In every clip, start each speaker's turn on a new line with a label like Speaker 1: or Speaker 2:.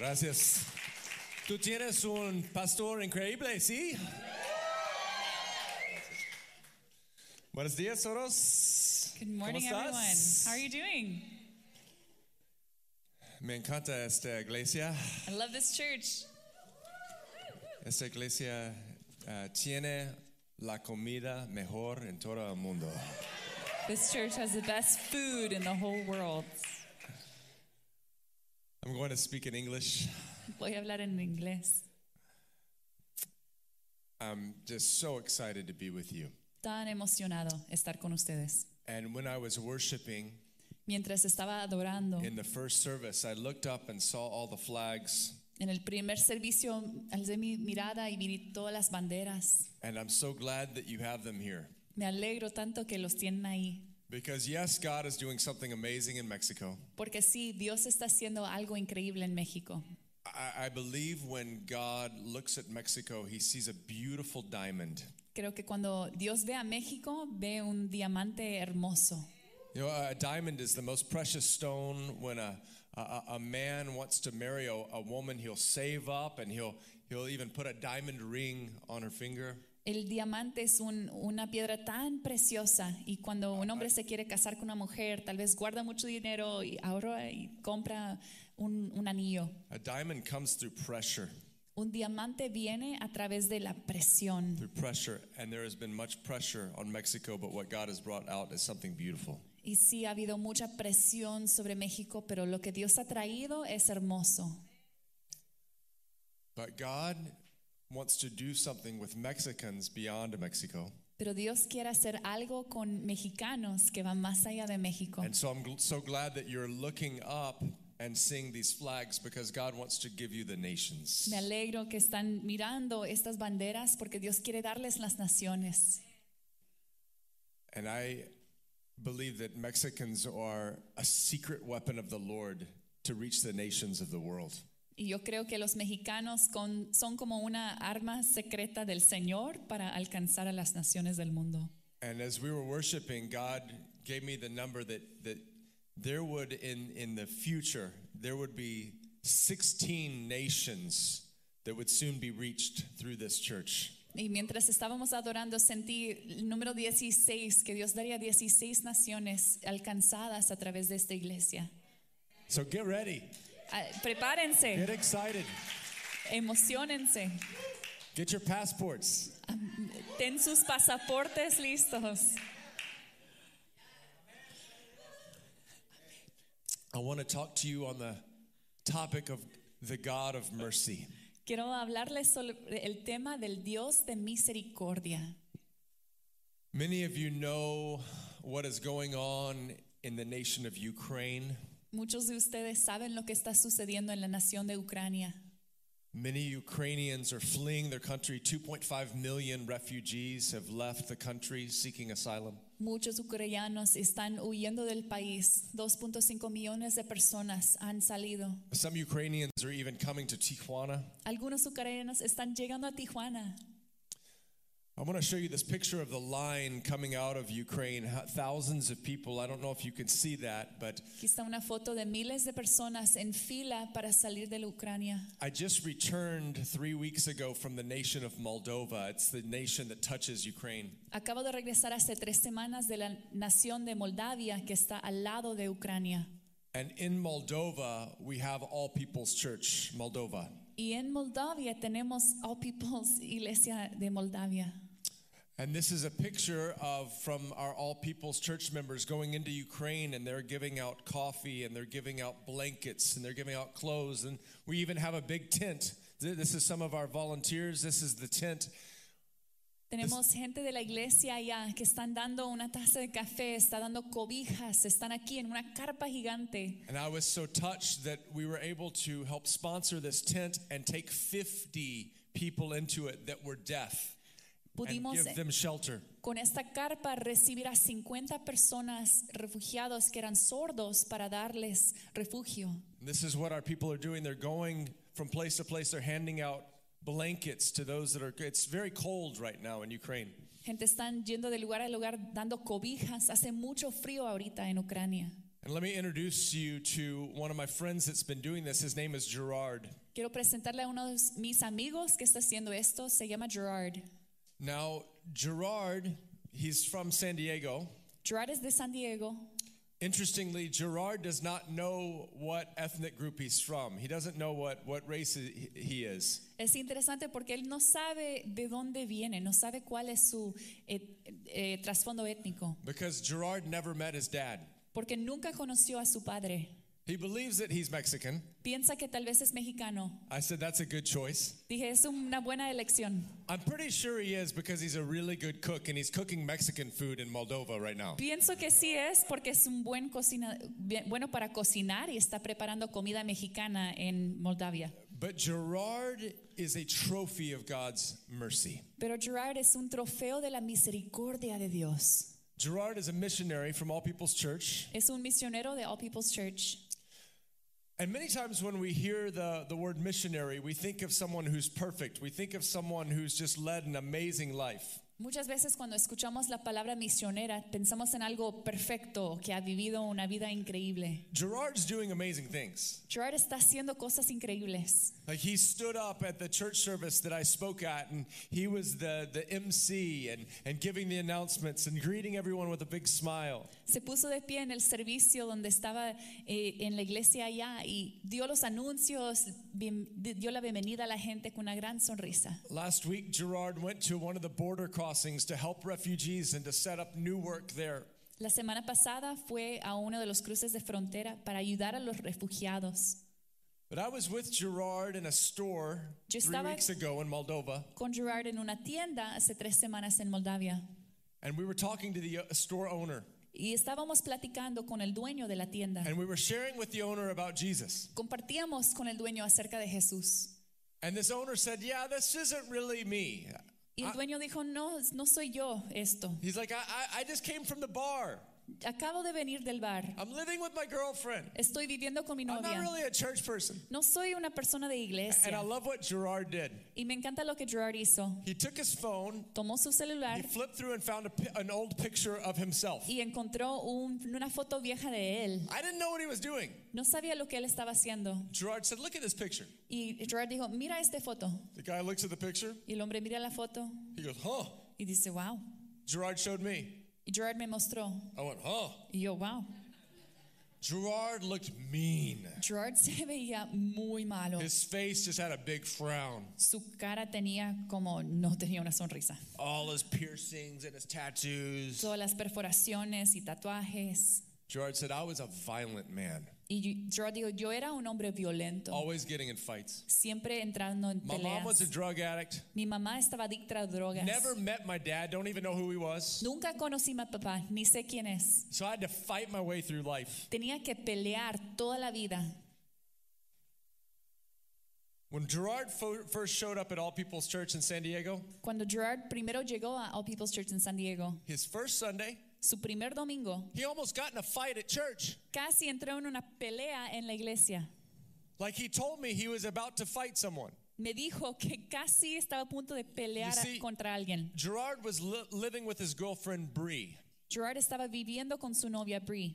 Speaker 1: Gracias. Tú tienes un pastor increíble, ¿sí? Buenos días, todos.
Speaker 2: Good morning,
Speaker 1: ¿Cómo
Speaker 2: everyone.
Speaker 1: estás?
Speaker 2: How are you doing?
Speaker 1: Me encanta esta iglesia.
Speaker 2: I love this church.
Speaker 1: Esta iglesia ah, tiene la comida mejor en todo el mundo.
Speaker 2: This church has the best food in the whole world.
Speaker 1: I'm going to speak in English.
Speaker 2: Voy a hablar en inglés.
Speaker 1: I'm just so excited to be with you.
Speaker 2: Tan emocionado estar con ustedes.
Speaker 1: And when I was worshiping
Speaker 2: Mientras estaba adorando,
Speaker 1: in the first service, I looked up and saw all the flags.
Speaker 2: en el primer servicio alcé mi mirada y vi todas las banderas.
Speaker 1: And I'm so glad that you have them here.
Speaker 2: Me alegro tanto que los tienen ahí.
Speaker 1: Because, yes, God is doing something amazing in Mexico.
Speaker 2: Porque sí, Dios está haciendo algo increíble en México.
Speaker 1: I, I believe when God looks at Mexico, he sees a beautiful diamond.
Speaker 2: Creo que cuando Dios ve a México, ve un diamante hermoso.
Speaker 1: You know, a diamond is the most precious stone. When a, a- a, a man wants to marry a, a woman, he'll save up and he'll, he'll even put a diamond ring on her finger.
Speaker 2: El diamante es un- una piedra tan preciosa y cuando un hombre se quiere casar con una mujer, tal vez guarda mucho dinero y ahorra y compra un, un anillo.
Speaker 1: A diamond comes through pressure,
Speaker 2: Un diamante viene a través de la presión
Speaker 1: through pressure, and there has been much pressure on Mexico, but what God has brought out is something beautiful.
Speaker 2: y sí ha habido mucha presión sobre México, pero lo que Dios ha traído es hermoso.
Speaker 1: But God wants to do something with Mexicans beyond Mexico.
Speaker 2: Pero Dios quiere hacer algo con mexicanos que van más allá de México.
Speaker 1: And so I'm gl- so glad that you're looking up and seeing these flags because God wants to give you the nations.
Speaker 2: Me alegro que están mirando estas banderas porque Dios quiere darles las naciones.
Speaker 1: And I believe that Mexicans are a secret weapon of the Lord to reach the nations of the world.
Speaker 2: Y yo creo que los mexicanos con- son como una arma secreta del Señor para alcanzar a las naciones del mundo.
Speaker 1: And as we were worshiping, God gave me the number that, that there would, in, in the future, there would be 16 nations that would soon be reached through this church.
Speaker 2: Y mientras estábamos adorando, sentí el número 16, que Dios daría 16 naciones alcanzadas a través de esta iglesia.
Speaker 1: So get ready,
Speaker 2: Ah, Prepárense,
Speaker 1: get excited,
Speaker 2: emocionense,
Speaker 1: get your passports.
Speaker 2: ten sus pasaportes listos.
Speaker 1: I want to talk to you on the topic of the God of mercy.
Speaker 2: Quiero hablarles sobre el tema del Dios de misericordia.
Speaker 1: Many of you know what is going on in the nation of Ukraine.
Speaker 2: Muchos de ustedes saben lo que está sucediendo en la nación de Ucrania.
Speaker 1: Many Ukrainians are fleeing their country. 2.5 million refugees have left the country seeking asylum.
Speaker 2: Muchos ucranianos están huyendo del país. 2.5 millones de personas han salido.
Speaker 1: Some Ukrainians are even coming to Tijuana.
Speaker 2: Algunos ucranianos están llegando a Tijuana.
Speaker 1: I want to show you this picture of the line coming out of Ukraine. Ho- Thousands of people. I don't know if you can see that, but
Speaker 2: Aquí está una foto de miles de personas en fila para salir de la Ucrania.
Speaker 1: I just returned three weeks ago from the nation of Moldova. It's the nation that touches Ukraine.
Speaker 2: Acabo de regresar hace tres semanas de la nación de Moldavia que está al lado de Ucrania.
Speaker 1: And in Moldova, we have All People's Church, Moldova.
Speaker 2: Y en Moldavia tenemos All People's Iglesia de Moldavia.
Speaker 1: And this is a picture of from our All People's Church members going into Ukraine and they're giving out coffee and they're giving out blankets and they're giving out clothes. And we even have a big tent. Th- This is some of our volunteers. This is the tent.
Speaker 2: Tenemos gente de la iglesia allá que están dando una taza de café, está dando cobijas, están aquí en una carpa gigante.
Speaker 1: And I was so touched that we were able to help sponsor this tent and take 50 people into it that were deaf and
Speaker 2: Pudimos
Speaker 1: give them shelter.
Speaker 2: con esta carpa recibir a 50 personas refugiados que eran sordos para darles refugio.
Speaker 1: And This is what our people are doing. They're going from place to place. They're handing out blankets to those that are. It's very cold right now in Ukraine.
Speaker 2: Gente están yendo de lugar a lugar dando cobijas, hace mucho frío ahorita en Ucrania.
Speaker 1: And let me introduce you to one of my friends that's been doing this. His name is Gerard.
Speaker 2: Quiero presentarle a uno de mis amigos que está haciendo esto. Se llama Gerard.
Speaker 1: Now, Gerard, he's from San Diego.
Speaker 2: Gerard es de San Diego.
Speaker 1: Interestingly, Gerard does not know what ethnic group he's from. He doesn't know what, what race he he is.
Speaker 2: Es interesante porque él no sabe de dónde viene, no sabe cuál es su eh, eh, trasfondo étnico,
Speaker 1: Because Gerard never met his dad.
Speaker 2: porque nunca conoció a su padre.
Speaker 1: He believes that he's Mexican.
Speaker 2: Piensa que tal vez es mexicano.
Speaker 1: I said that's a good choice.
Speaker 2: Dije, es una buena elección.
Speaker 1: I'm pretty sure he is because he's a really good cook and he's cooking Mexican food in Moldova right now.
Speaker 2: Pienso que sí es porque es un buen cocina, bien- bueno para cocinar y está preparando comida mexicana en Moldavia.
Speaker 1: But Gerard is a trophy of God's mercy.
Speaker 2: Pero Gerard es un trofeo de la misericordia de Dios.
Speaker 1: Gerard is a missionary from All People's Church.
Speaker 2: Es un misionero de All People's Church.
Speaker 1: And many times when we hear the, the word missionary, we think of someone who's perfect. We think of someone who's just led an amazing life.
Speaker 2: Muchas veces cuando escuchamos la palabra misionera pensamos en algo perfecto que ha vivido una vida increíble.
Speaker 1: Gerard's doing amazing things.
Speaker 2: Gerard está haciendo cosas increíbles.
Speaker 1: Like he stood up at the church service that I spoke at, and he was the, the MC and, and giving the announcements and greeting everyone with a big smile.
Speaker 2: Se puso de pie en el servicio donde estaba eh, en la iglesia allá y dio los anuncios, bien- dio la bienvenida a la gente con una gran sonrisa.
Speaker 1: Last week, Gerard went to one of the border crossings to help refugees and to set up new work there.
Speaker 2: La semana pasada fue a uno de los cruces de frontera para ayudar a los refugiados.
Speaker 1: But I was with Gerard in a store
Speaker 2: Yo
Speaker 1: three
Speaker 2: estaba-
Speaker 1: weeks ago in Moldova,
Speaker 2: Con Gerard en una tienda hace tres semanas en Moldavia
Speaker 1: and we were talking to the uh, store owner,
Speaker 2: y estábamos platicando con el dueño de la tienda.
Speaker 1: and we were sharing with the owner about Jesus.
Speaker 2: Compartíamos con el dueño acerca de Jesús.
Speaker 1: And this owner said, Yeah, this isn't really me.
Speaker 2: Y el dueño dijo, no, no soy yo esto.
Speaker 1: He's like, I, I, I just came from the bar.
Speaker 2: Acabo de venir del bar.
Speaker 1: I'm living with my girlfriend.
Speaker 2: Estoy viviendo con mi
Speaker 1: I'm not
Speaker 2: novia.
Speaker 1: really a church person.
Speaker 2: No soy una persona de
Speaker 1: And I
Speaker 2: iglesia.
Speaker 1: love what Gerard did.
Speaker 2: Y me encanta lo que Gerard hizo.
Speaker 1: He took his phone,
Speaker 2: Tomó su
Speaker 1: he
Speaker 2: celular
Speaker 1: flipped through and found a pi- an old picture of himself.
Speaker 2: y encontró un- una foto vieja de él.
Speaker 1: I didn't know what he was doing.
Speaker 2: No sabía lo que él estaba haciendo.
Speaker 1: Gerard said, Look at this picture.
Speaker 2: Y Gerard dijo, mira esta foto.
Speaker 1: The guy looks at the picture.
Speaker 2: Y el hombre mira la foto
Speaker 1: He goes, Huh.
Speaker 2: y dice, wow.
Speaker 1: Gerard showed me.
Speaker 2: Y Gerard me mostró.
Speaker 1: I went, Huh.
Speaker 2: Y yo, wow.
Speaker 1: Gerard looked mean.
Speaker 2: Gerard se veía muy malo.
Speaker 1: His face just had a big frown.
Speaker 2: Su cara tenía como, no tenía una sonrisa.
Speaker 1: All his piercings and his tattoos.
Speaker 2: Todas las perforaciones y tatuajes.
Speaker 1: Gerard said, I was a violent man,
Speaker 2: Y yo- Gerard dijo, yo era un hombre violento.
Speaker 1: always getting in fights.
Speaker 2: Siempre entrando en
Speaker 1: My mom was a
Speaker 2: peleas.
Speaker 1: drug addict.
Speaker 2: Mi mamá estaba adicta a drogas.
Speaker 1: Never met my dad, don't even know who he was.
Speaker 2: Nunca conocí a mi papá, ni sé quién es.
Speaker 1: So I had to fight my way through life.
Speaker 2: Tenía que pelear toda la vida.
Speaker 1: When Gerard fo- first showed up at All People's Church in San Diego,
Speaker 2: Cuando Gerard primero llegó a All People's Church en San Diego,
Speaker 1: his first Sunday,
Speaker 2: su primer domingo,
Speaker 1: he almost got in a fight at church.
Speaker 2: casi entró en una pelea en la iglesia.
Speaker 1: Like he told me he was about to fight someone.
Speaker 2: Me dijo que casi estaba a punto de pelear
Speaker 1: You see-
Speaker 2: contra alguien.
Speaker 1: Gerard was li- living with his girlfriend Bree,
Speaker 2: Gerard estaba viviendo con su novia Bree.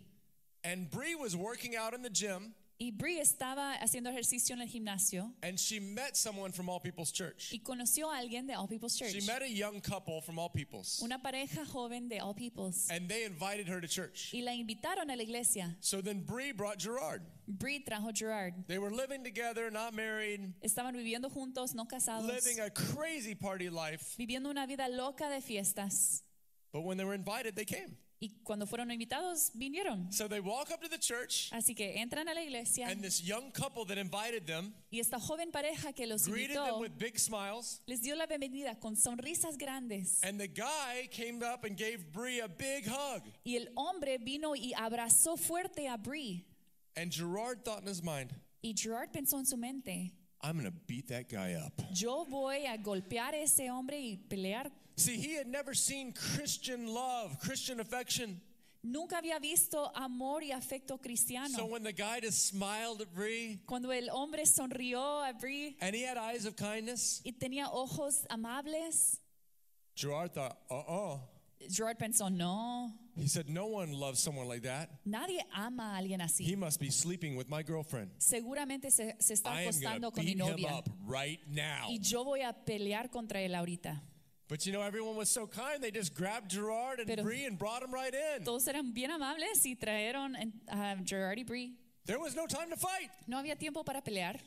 Speaker 1: and Bree was working out in the gym,
Speaker 2: Y Bree estaba haciendo ejercicio en el gimnasio
Speaker 1: and she met someone from All People's Church.
Speaker 2: y conoció a alguien de All People's
Speaker 1: She
Speaker 2: Church.
Speaker 1: met a young couple from All People's,
Speaker 2: Una pareja joven de All People's.
Speaker 1: and they invited her to church.
Speaker 2: Y la invitaron a la iglesia.
Speaker 1: So then Bree brought Gerard.
Speaker 2: Bree trajo a Gerard.
Speaker 1: They were living together, not married,
Speaker 2: Estaban viviendo juntos, no casados.
Speaker 1: living a crazy party life.
Speaker 2: Viviendo una vida loca de fiestas.
Speaker 1: But when they were invited, they came.
Speaker 2: Y cuando fueron invitados, vinieron.
Speaker 1: So they walk up to the church,
Speaker 2: Así que entran a la iglesia
Speaker 1: and this young couple that invited them
Speaker 2: y esta joven pareja que los
Speaker 1: greeted them
Speaker 2: invitó
Speaker 1: with big smiles.
Speaker 2: les dio la bienvenida con sonrisas grandes.
Speaker 1: And the guy came up and gave Bree a big hug.
Speaker 2: Y el hombre vino y abrazó fuerte a Bree.
Speaker 1: And Gerard thought in his mind,
Speaker 2: Y Gerard pensó en su mente,
Speaker 1: I'm going to beat that guy up.
Speaker 2: yo voy a golpear a ese hombre y pelear.
Speaker 1: See, he had never seen Christian love, Christian affection.
Speaker 2: Nunca había visto amor y afecto cristiano.
Speaker 1: So when the guy just smiled at Bree
Speaker 2: Cuando el hombre sonrió a Bree
Speaker 1: and he had eyes of kindness,
Speaker 2: y tenía ojos amables,
Speaker 1: Gerard thought, uh uh
Speaker 2: Gerard pensó, no,
Speaker 1: He said, No one loves someone like that.
Speaker 2: nadie ama a alguien
Speaker 1: He
Speaker 2: así.
Speaker 1: must be sleeping with my girlfriend.
Speaker 2: Seguramente se, se está
Speaker 1: I am going
Speaker 2: acostando
Speaker 1: to
Speaker 2: con mi
Speaker 1: beat him
Speaker 2: novia
Speaker 1: up right now.
Speaker 2: y yo voy a pelear contra él ahorita.
Speaker 1: But you know, everyone was so kind. They just grabbed Gerard and
Speaker 2: Pero-
Speaker 1: Bree and brought him right in.
Speaker 2: Todos eran bien amables y trajeron en- a Gerard y Bree.
Speaker 1: There was no time to fight.
Speaker 2: No había tiempo para pelear.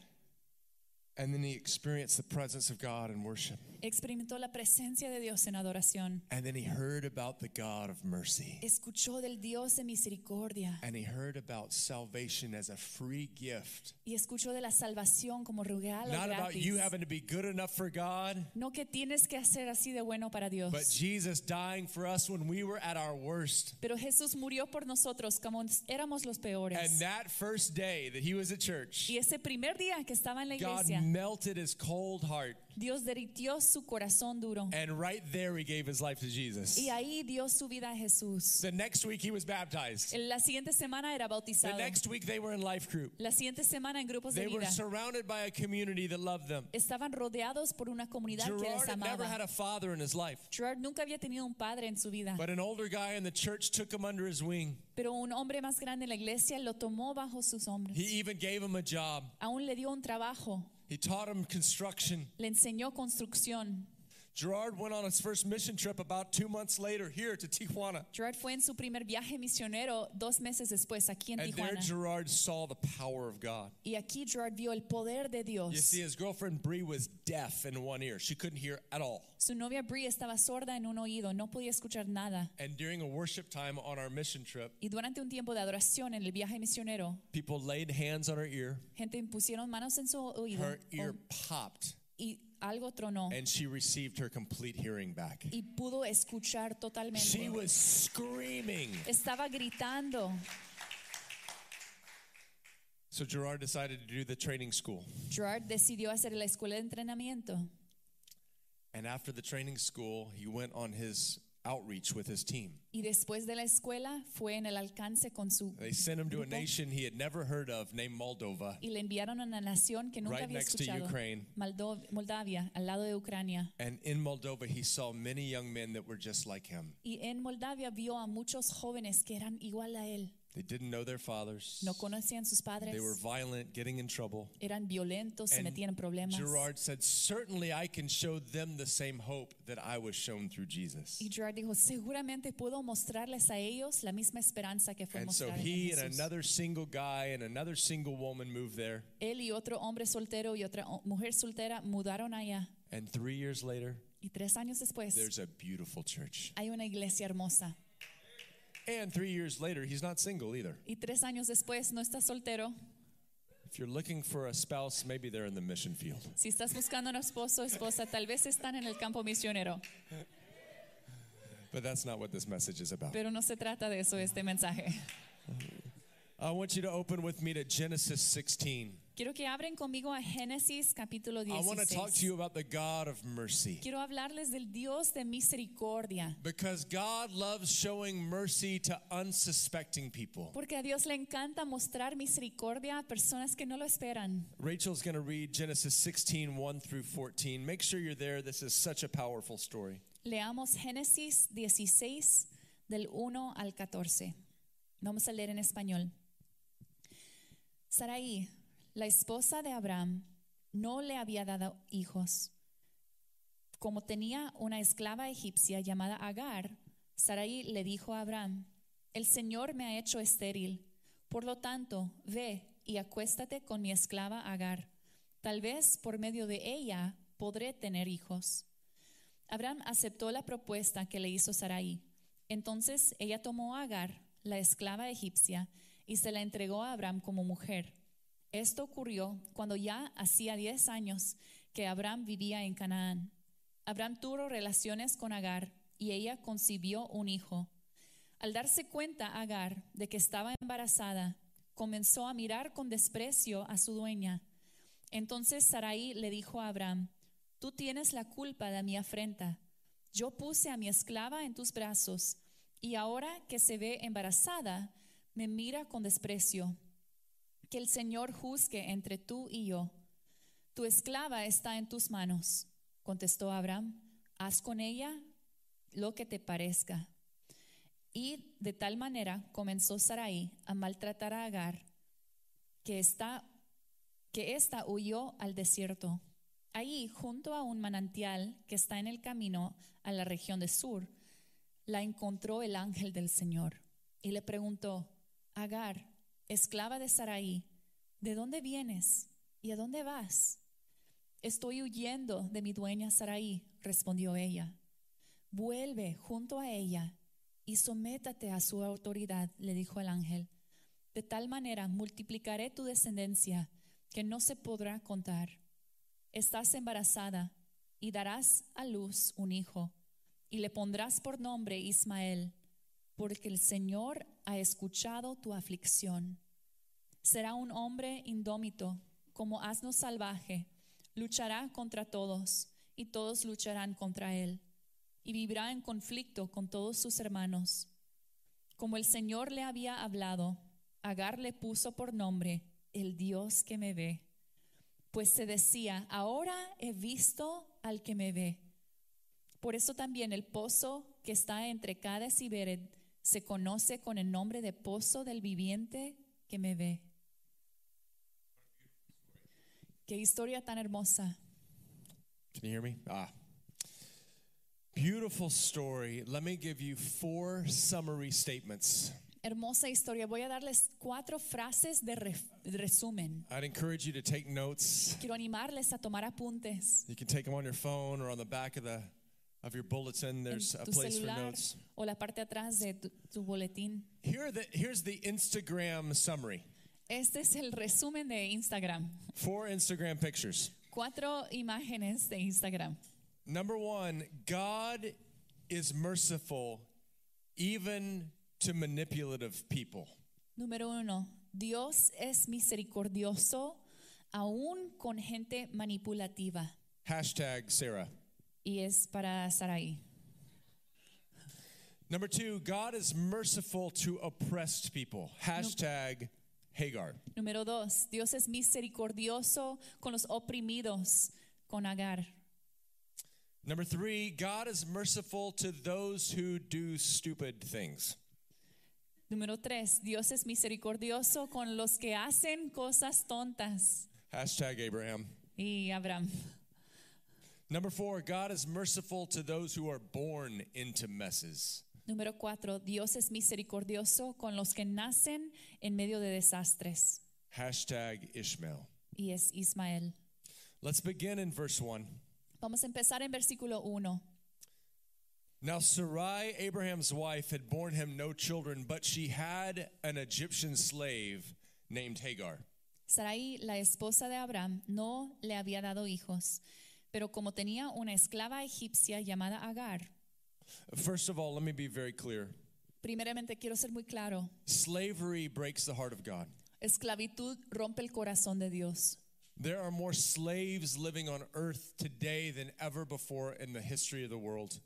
Speaker 1: And then he experienced the presence of God in worship.
Speaker 2: Experimentó la presencia de Dios en adoración.
Speaker 1: And then he heard about the God of mercy.
Speaker 2: Escuchó del Dios de misericordia
Speaker 1: And he heard about salvation as a free gift.
Speaker 2: y escuchó de la salvación como regalo
Speaker 1: Not about
Speaker 2: gratis.
Speaker 1: you having to be good enough for God,
Speaker 2: No que tienes que hacer así de bueno para Dios.
Speaker 1: but Jesus dying for us when we were at our worst.
Speaker 2: Pero Jesús murió por nosotros como éramos los
Speaker 1: And
Speaker 2: peores.
Speaker 1: that first day that he was at church,
Speaker 2: Y ese primer día que estaba en la
Speaker 1: God
Speaker 2: iglesia,
Speaker 1: melted his cold heart.
Speaker 2: Dios derritió su corazón duro.
Speaker 1: And right there, he gave his life to Jesus.
Speaker 2: Y ahí dio su vida a Jesús.
Speaker 1: The next week, he was baptized.
Speaker 2: En La siguiente semana era
Speaker 1: The
Speaker 2: bautizado.
Speaker 1: next week, they were in life group.
Speaker 2: La siguiente semana en grupos de
Speaker 1: They were
Speaker 2: vida.
Speaker 1: surrounded by a community that loved them.
Speaker 2: Estaban rodeados por una comunidad que
Speaker 1: Gerard
Speaker 2: les
Speaker 1: had never had
Speaker 2: amaba.
Speaker 1: a father in his life,
Speaker 2: Gerard nunca había tenido un padre en su vida,
Speaker 1: but an older guy in the church took him under his wing.
Speaker 2: pero un hombre más grande en la iglesia lo tomó bajo sus hombros.
Speaker 1: He even gave him a job.
Speaker 2: Aún le dio un trabajo,
Speaker 1: He taught him construction.
Speaker 2: le enseñó construcción.
Speaker 1: Gerard went on his first mission trip about two months later here to Tijuana.
Speaker 2: Gerard fue en su primer viaje misionero dos meses después aquí en
Speaker 1: And there,
Speaker 2: Tijuana.
Speaker 1: Gerard saw the power of God.
Speaker 2: Y aquí Gerard vio el poder de
Speaker 1: You
Speaker 2: Dios.
Speaker 1: see, his girlfriend Bree was deaf in one ear. She couldn't hear at all.
Speaker 2: Su novia Bree estaba sorda en un oído, no podía escuchar nada.
Speaker 1: And during a worship time on our mission trip,
Speaker 2: Y durante un tiempo de adoración en el viaje misionero,
Speaker 1: people laid hands on her ear.
Speaker 2: gente pusieron manos en su oído
Speaker 1: Her ear
Speaker 2: o-
Speaker 1: popped,
Speaker 2: y algo tronó
Speaker 1: and she received her complete hearing back.
Speaker 2: y pudo escuchar totalmente.
Speaker 1: She was screaming.
Speaker 2: Estaba gritando.
Speaker 1: So Gerard decided to do the training school.
Speaker 2: Gerard decidió hacer la escuela de entrenamiento.
Speaker 1: And after the training school, he went on his outreach with his team.
Speaker 2: Y después de la escuela fue en el alcance con su...
Speaker 1: They sent him to a
Speaker 2: grupo
Speaker 1: nation he had never heard of named Moldova.
Speaker 2: Y le enviaron a una nación que nunca
Speaker 1: Right
Speaker 2: había
Speaker 1: next to
Speaker 2: escuchado.
Speaker 1: Ukraine.
Speaker 2: Moldo- Moldavia, al lado de Ucrania.
Speaker 1: And in Moldova, he saw many young men that were just like him.
Speaker 2: Y en Moldavia vio a muchos jóvenes que eran igual a él.
Speaker 1: They didn't know their fathers.
Speaker 2: No conocían sus padres.
Speaker 1: They were violent, getting in trouble.
Speaker 2: Eran violentos, se
Speaker 1: And
Speaker 2: metían en problemas.
Speaker 1: Gerard said, Certainly I can show them the same hope that I was shown through Jesus.
Speaker 2: Y Gerard dijo, seguramente puedo mostrarles a ellos la misma esperanza que fue
Speaker 1: And so
Speaker 2: mostrada en
Speaker 1: he and
Speaker 2: Jesús".
Speaker 1: another single guy and another single woman moved there.
Speaker 2: Él y otro hombre soltero y otra o- mujer soltera mudaron allá.
Speaker 1: And three years later,
Speaker 2: Y tres años después
Speaker 1: there's a beautiful church.
Speaker 2: hay una iglesia hermosa.
Speaker 1: And three years later, he's not single either.
Speaker 2: Y tres años después no estás soltero.
Speaker 1: If you're looking for a spouse, maybe they're in the mission field.
Speaker 2: Si estás buscando un esposo o esposa, tal vez están en el campo misionero.
Speaker 1: But that's not what this message is about.
Speaker 2: Pero no se trata de eso este mensaje.
Speaker 1: I want you to open with me to Genesis 16.
Speaker 2: Quiero que abren conmigo a Génesis capítulo
Speaker 1: I want to talk to
Speaker 2: 16.
Speaker 1: you about the God of mercy.
Speaker 2: Quiero hablarles del Dios de misericordia.
Speaker 1: Because God loves showing mercy to unsuspecting people.
Speaker 2: Porque a Dios le encanta mostrar misericordia a personas que no lo esperan.
Speaker 1: Rachel's going to read Genesis 16, 1 through 14. Make sure you're there. This is such a powerful story.
Speaker 2: Leamos Génesis 16 del 1 al 14. Vamos a leer en español. Sarai, la esposa de Abraham, no le había dado hijos. Como tenía una esclava egipcia llamada Agar, Sarai le dijo a Abraham, el Señor me ha hecho estéril, por lo tanto, ve y acuéstate con mi esclava Agar. Tal vez por medio de ella podré tener hijos. Abraham aceptó la propuesta que le hizo Sarai. Entonces ella tomó a Agar, la esclava egipcia, y se la entregó a Abraham como mujer. Esto ocurrió cuando ya hacía 10 años que Abraham vivía en Canaán. Abraham tuvo relaciones con Agar y ella concibió un hijo. Al darse cuenta Agar de que estaba embarazada, comenzó a mirar con desprecio a su dueña. Entonces Sarai le dijo a Abraham, tú tienes la culpa de mi afrenta. Yo puse a mi esclava en tus brazos y ahora que se ve embarazada, me mira con desprecio. Que el Señor juzgue entre tú y yo. Tu esclava está en tus manos, contestó Abraham. Haz con ella lo que te parezca. Y de tal manera comenzó Sarai a maltratar a Agar, que está que ésta huyó al desierto. Ahí, junto a un manantial que está en el camino a la región de Sur, la encontró el ángel del Señor y le preguntó, Agar, esclava de Sarai, ¿de dónde vienes y a dónde vas? Estoy huyendo de mi dueña Sarai, respondió ella. Vuelve junto a ella y sométate a su autoridad, le dijo el ángel. De tal manera multiplicaré tu descendencia que no se podrá contar. Estás embarazada y darás a luz un hijo y le pondrás por nombre Ismael, porque el Señor ha escuchado tu aflicción. Será un hombre indómito, como asno salvaje, luchará contra todos y todos lucharán contra él, y vivirá en conflicto con todos sus hermanos. Como el Señor le había hablado, Agar le puso por nombre el Dios que me ve, pues se decía, ahora he visto al que me ve. Por eso también el pozo que está entre Cades y Bered se conoce con el nombre de pozo del viviente que me ve. Qué historia tan hermosa.
Speaker 1: Can you hear me? Ah. Beautiful story. Let me give you four summary statements.
Speaker 2: Hermosa historia. Voy a darles cuatro frases de ref- resumen.
Speaker 1: I'd encourage you to take notes.
Speaker 2: Quiero animarles a tomar apuntes
Speaker 1: You can take them on your phone or on the back of the of your bulletin.
Speaker 2: en
Speaker 1: There's a
Speaker 2: tu
Speaker 1: place for
Speaker 2: celular
Speaker 1: notes.
Speaker 2: o la parte atrás de tu, tu boletín.
Speaker 1: Here are the here's the Instagram summary.
Speaker 2: Este es el resumen de Instagram.
Speaker 1: Four Instagram pictures.
Speaker 2: Cuatro imágenes de Instagram.
Speaker 1: Number 1, God is merciful even to manipulative people.
Speaker 2: Número uno, Dios es misericordioso aún con gente manipulativa.
Speaker 1: Hashtag Sarah.
Speaker 2: Y es para Sarai.
Speaker 1: Number two, God is merciful to oppressed people. Hashtag Hagar.
Speaker 2: Número dos, Dios es misericordioso con los oprimidos, con Agar.
Speaker 1: Number three, God is merciful to those who do stupid things.
Speaker 2: Número tres, Dios es misericordioso con los que hacen cosas tontas.
Speaker 1: Hashtag Abraham.
Speaker 2: Y Abraham.
Speaker 1: Number four, God is merciful to those who are born into messes.
Speaker 2: Número cuatro, Dios es misericordioso con los que nacen en medio de desastres.
Speaker 1: Hashtag Ishmael.
Speaker 2: Y es Ismael.
Speaker 1: Let's begin in verse one.
Speaker 2: Vamos a empezar en versículo uno.
Speaker 1: Now Sarai, Abraham's wife, had borne him no children, but she had an Egyptian slave named Hagar.
Speaker 2: Sarai, la esposa de Abraham, no le había dado hijos, pero como tenía una esclava egipcia llamada Agar,
Speaker 1: First of all, let me be very clear.
Speaker 2: primeramente quiero ser muy claro,
Speaker 1: Slavery breaks the heart of God.
Speaker 2: esclavitud rompe el corazón de Dios.
Speaker 1: There are more slaves living on earth today than ever before in the history of the world.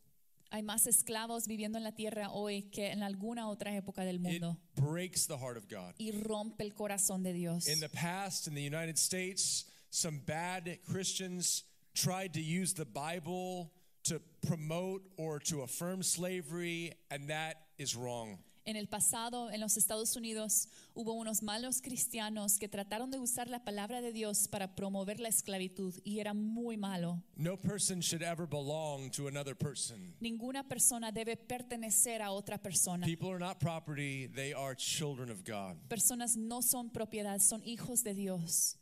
Speaker 2: Hay más esclavos viviendo en la tierra hoy que en alguna otra época del
Speaker 1: It
Speaker 2: mundo
Speaker 1: breaks the heart of God.
Speaker 2: y rompe el corazón de Dios.
Speaker 1: In the past, in the United States, some bad Christians tried to use the Bible to promote or to affirm slavery, and that is wrong.
Speaker 2: En el pasado, en los Estados Unidos, hubo unos malos cristianos que trataron de usar la palabra de Dios para promover la esclavitud y era muy malo.
Speaker 1: No person should ever belong to another person.
Speaker 2: Ninguna persona debe pertenecer a otra persona.
Speaker 1: People are not property, they are children of God.
Speaker 2: Personas no son propiedad, son hijos de Dios.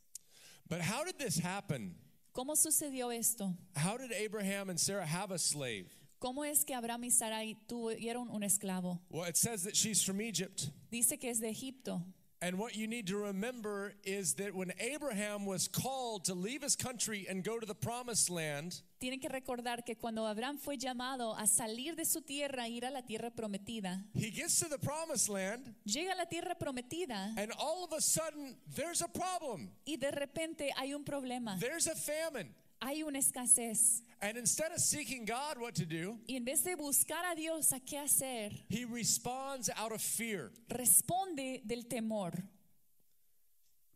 Speaker 1: But how did this happen?
Speaker 2: ¿Cómo sucedió esto?
Speaker 1: How did Abraham and Sarah have a slave?
Speaker 2: ¿Cómo es que Abraham y Sarai tuvieron un esclavo?
Speaker 1: Well, it says that she's from Egypt.
Speaker 2: Dice que es de Egipto.
Speaker 1: And what you need to remember is that when Abraham was called to leave his country and go to the promised land,
Speaker 2: Tienen que recordar que cuando Abraham fue llamado a salir de su tierra, e ir a la tierra prometida,
Speaker 1: he gets to the promised land,
Speaker 2: llega a la tierra prometida
Speaker 1: and all of a sudden, there's a problem.
Speaker 2: y de repente hay un problema,
Speaker 1: There's a famine.
Speaker 2: hay una escasez.
Speaker 1: And instead of seeking God what to do,
Speaker 2: Y en vez de buscar a Dios a qué hacer,
Speaker 1: he responds out of fear.
Speaker 2: responde del temor.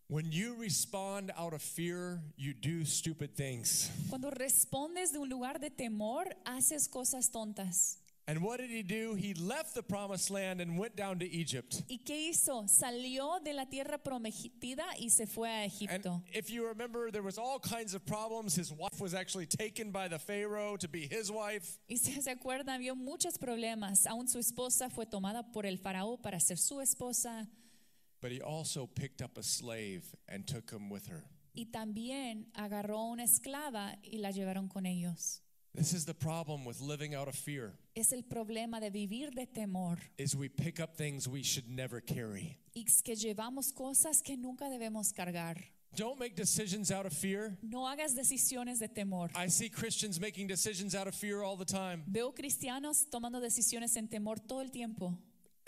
Speaker 1: When you respond out of fear, you do stupid things.
Speaker 2: Cuando respondes de un lugar de temor, haces cosas tontas.
Speaker 1: And what did he do? He left the promised land and went down to Egypt.
Speaker 2: ¿Y qué hizo? Salió de la tierra prometida y se fue a
Speaker 1: And
Speaker 2: Egipto.
Speaker 1: if you remember, there was all kinds of problems. His wife was actually taken by the Pharaoh to be his wife.
Speaker 2: Y si se acuerdan, había muchos problemas. Aún su esposa fue tomada por el faraón para ser su esposa.
Speaker 1: But he also picked up a slave and took him with her.
Speaker 2: Y también agarró una esclava y la llevaron con ellos.
Speaker 1: This is the problem with living out of fear
Speaker 2: Es el problema de vivir de temor
Speaker 1: is we pick up things we should never carry.
Speaker 2: y es que llevamos cosas que nunca debemos cargar.
Speaker 1: Don't make decisions out of fear.
Speaker 2: No hagas decisiones de temor.
Speaker 1: I see Christians making decisions out of fear all the time,
Speaker 2: Veo cristianos tomando decisiones en temor todo el tiempo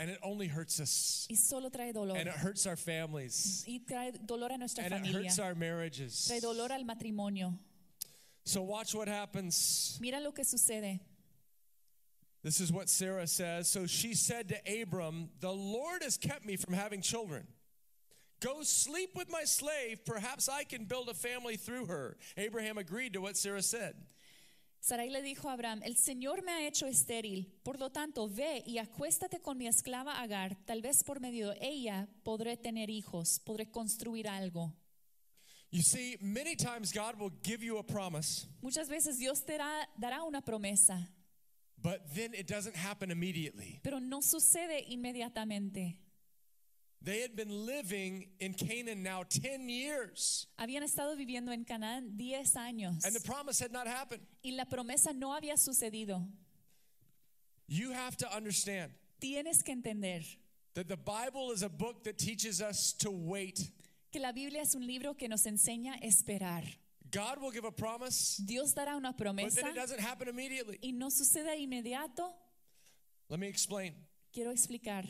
Speaker 1: and it only hurts us.
Speaker 2: y solo trae dolor.
Speaker 1: And it hurts our families.
Speaker 2: Y trae dolor a Oh. nuestra
Speaker 1: And it hurts
Speaker 2: familia.
Speaker 1: our marriages.
Speaker 2: Trae dolor al matrimonio.
Speaker 1: So watch what happens.
Speaker 2: Mira lo que sucede.
Speaker 1: This is what Sarah says. So she said to Abram, The Lord has kept me from having children. Go sleep with my slave. Perhaps I can build a family through her. Abraham agreed to what Sarah said.
Speaker 2: Sarai le dijo a Abraham, el Señor me ha hecho estéril, por lo tanto ve y acuéstate con mi esclava Agar, tal vez por medio de ella podré tener hijos, podré construir algo.
Speaker 1: You see, many times God will give you a promise,
Speaker 2: Muchas veces Dios te dará, dará una promesa,
Speaker 1: but then it doesn't happen immediately.
Speaker 2: pero no sucede inmediatamente.
Speaker 1: They had been living in Canaan now 10 years,
Speaker 2: Habían estado viviendo en Canaán 10 años
Speaker 1: and the promise had not happened.
Speaker 2: y la promesa no había sucedido.
Speaker 1: You have to understand
Speaker 2: Tienes que entender
Speaker 1: that the Bible is a book that teaches us to wait.
Speaker 2: que la Biblia es un libro que nos enseña a esperar.
Speaker 1: God will give a promise,
Speaker 2: Dios dará una
Speaker 1: But then
Speaker 2: promesa
Speaker 1: it doesn't happen immediately.
Speaker 2: y no sucede inmediato.
Speaker 1: Let me explain.
Speaker 2: Quiero explicar.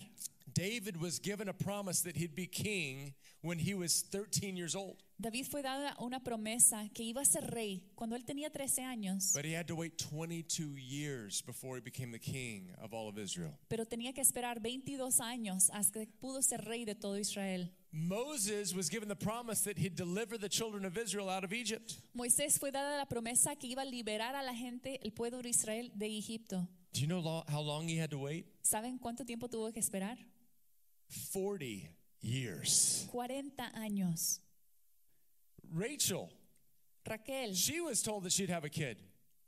Speaker 1: David was given a promise that he'd be king when he was 13 years old,
Speaker 2: David fue dada una promesa que iba a ser rey cuando él tenía 13 años,
Speaker 1: but he had to wait 22 years before he became the king of all of Israel.
Speaker 2: pero tenía que esperar 22 años hasta que pudo ser rey de todo Israel.
Speaker 1: Moses was given the promise that he'd deliver the children of Israel out of Egypt.
Speaker 2: Moisés fue dada la promesa que iba a liberar a la gente, el pueblo de Israel, de Egipto.
Speaker 1: Do you know lo- how long he had to wait?
Speaker 2: ¿Saben cuánto tiempo tuvo que esperar?
Speaker 1: 40 years.
Speaker 2: 40 años.
Speaker 1: Rachel,
Speaker 2: Raquel,
Speaker 1: she was told that she'd have a kid.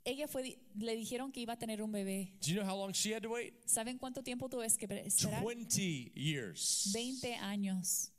Speaker 2: ella fue, di- le dijeron que iba a tener un bebé.
Speaker 1: Do you know how long she had to wait?
Speaker 2: ¿Saben cuánto tiempo tuvo que esperar?
Speaker 1: 20 years.
Speaker 2: 20 años.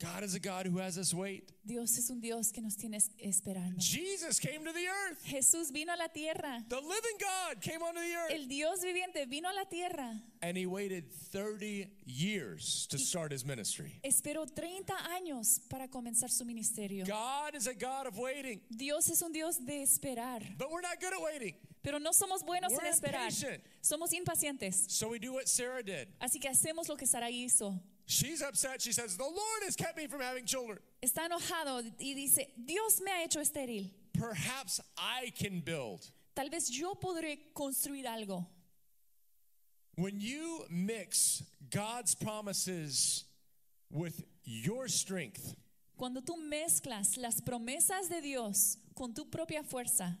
Speaker 1: God is a God who has us wait.
Speaker 2: Dios es un Dios que nos tiene es- esperando.
Speaker 1: Jesus came to the earth.
Speaker 2: Jesús vino a la tierra.
Speaker 1: The living God came onto the earth.
Speaker 2: El Dios viviente vino a la tierra.
Speaker 1: And he waited 30 years to start his ministry.
Speaker 2: Esperó 30 años para comenzar su ministerio.
Speaker 1: God is a God of waiting,
Speaker 2: Dios es un Dios de esperar,
Speaker 1: but we're not good at waiting.
Speaker 2: pero no somos buenos en
Speaker 1: We're
Speaker 2: esperar.
Speaker 1: impatient.
Speaker 2: Somos impacientes.
Speaker 1: So we do what Sarah did.
Speaker 2: Así que hacemos lo que Sarai hizo.
Speaker 1: She's upset. She says, The Lord has kept me from having children.
Speaker 2: Está enojado y dice, Dios me ha hecho estéril.
Speaker 1: Perhaps I can build.
Speaker 2: Tal vez yo podré construir algo.
Speaker 1: When you mix God's promises with your strength,
Speaker 2: Cuando tú mezclas las promesas de Dios con tu propia fuerza,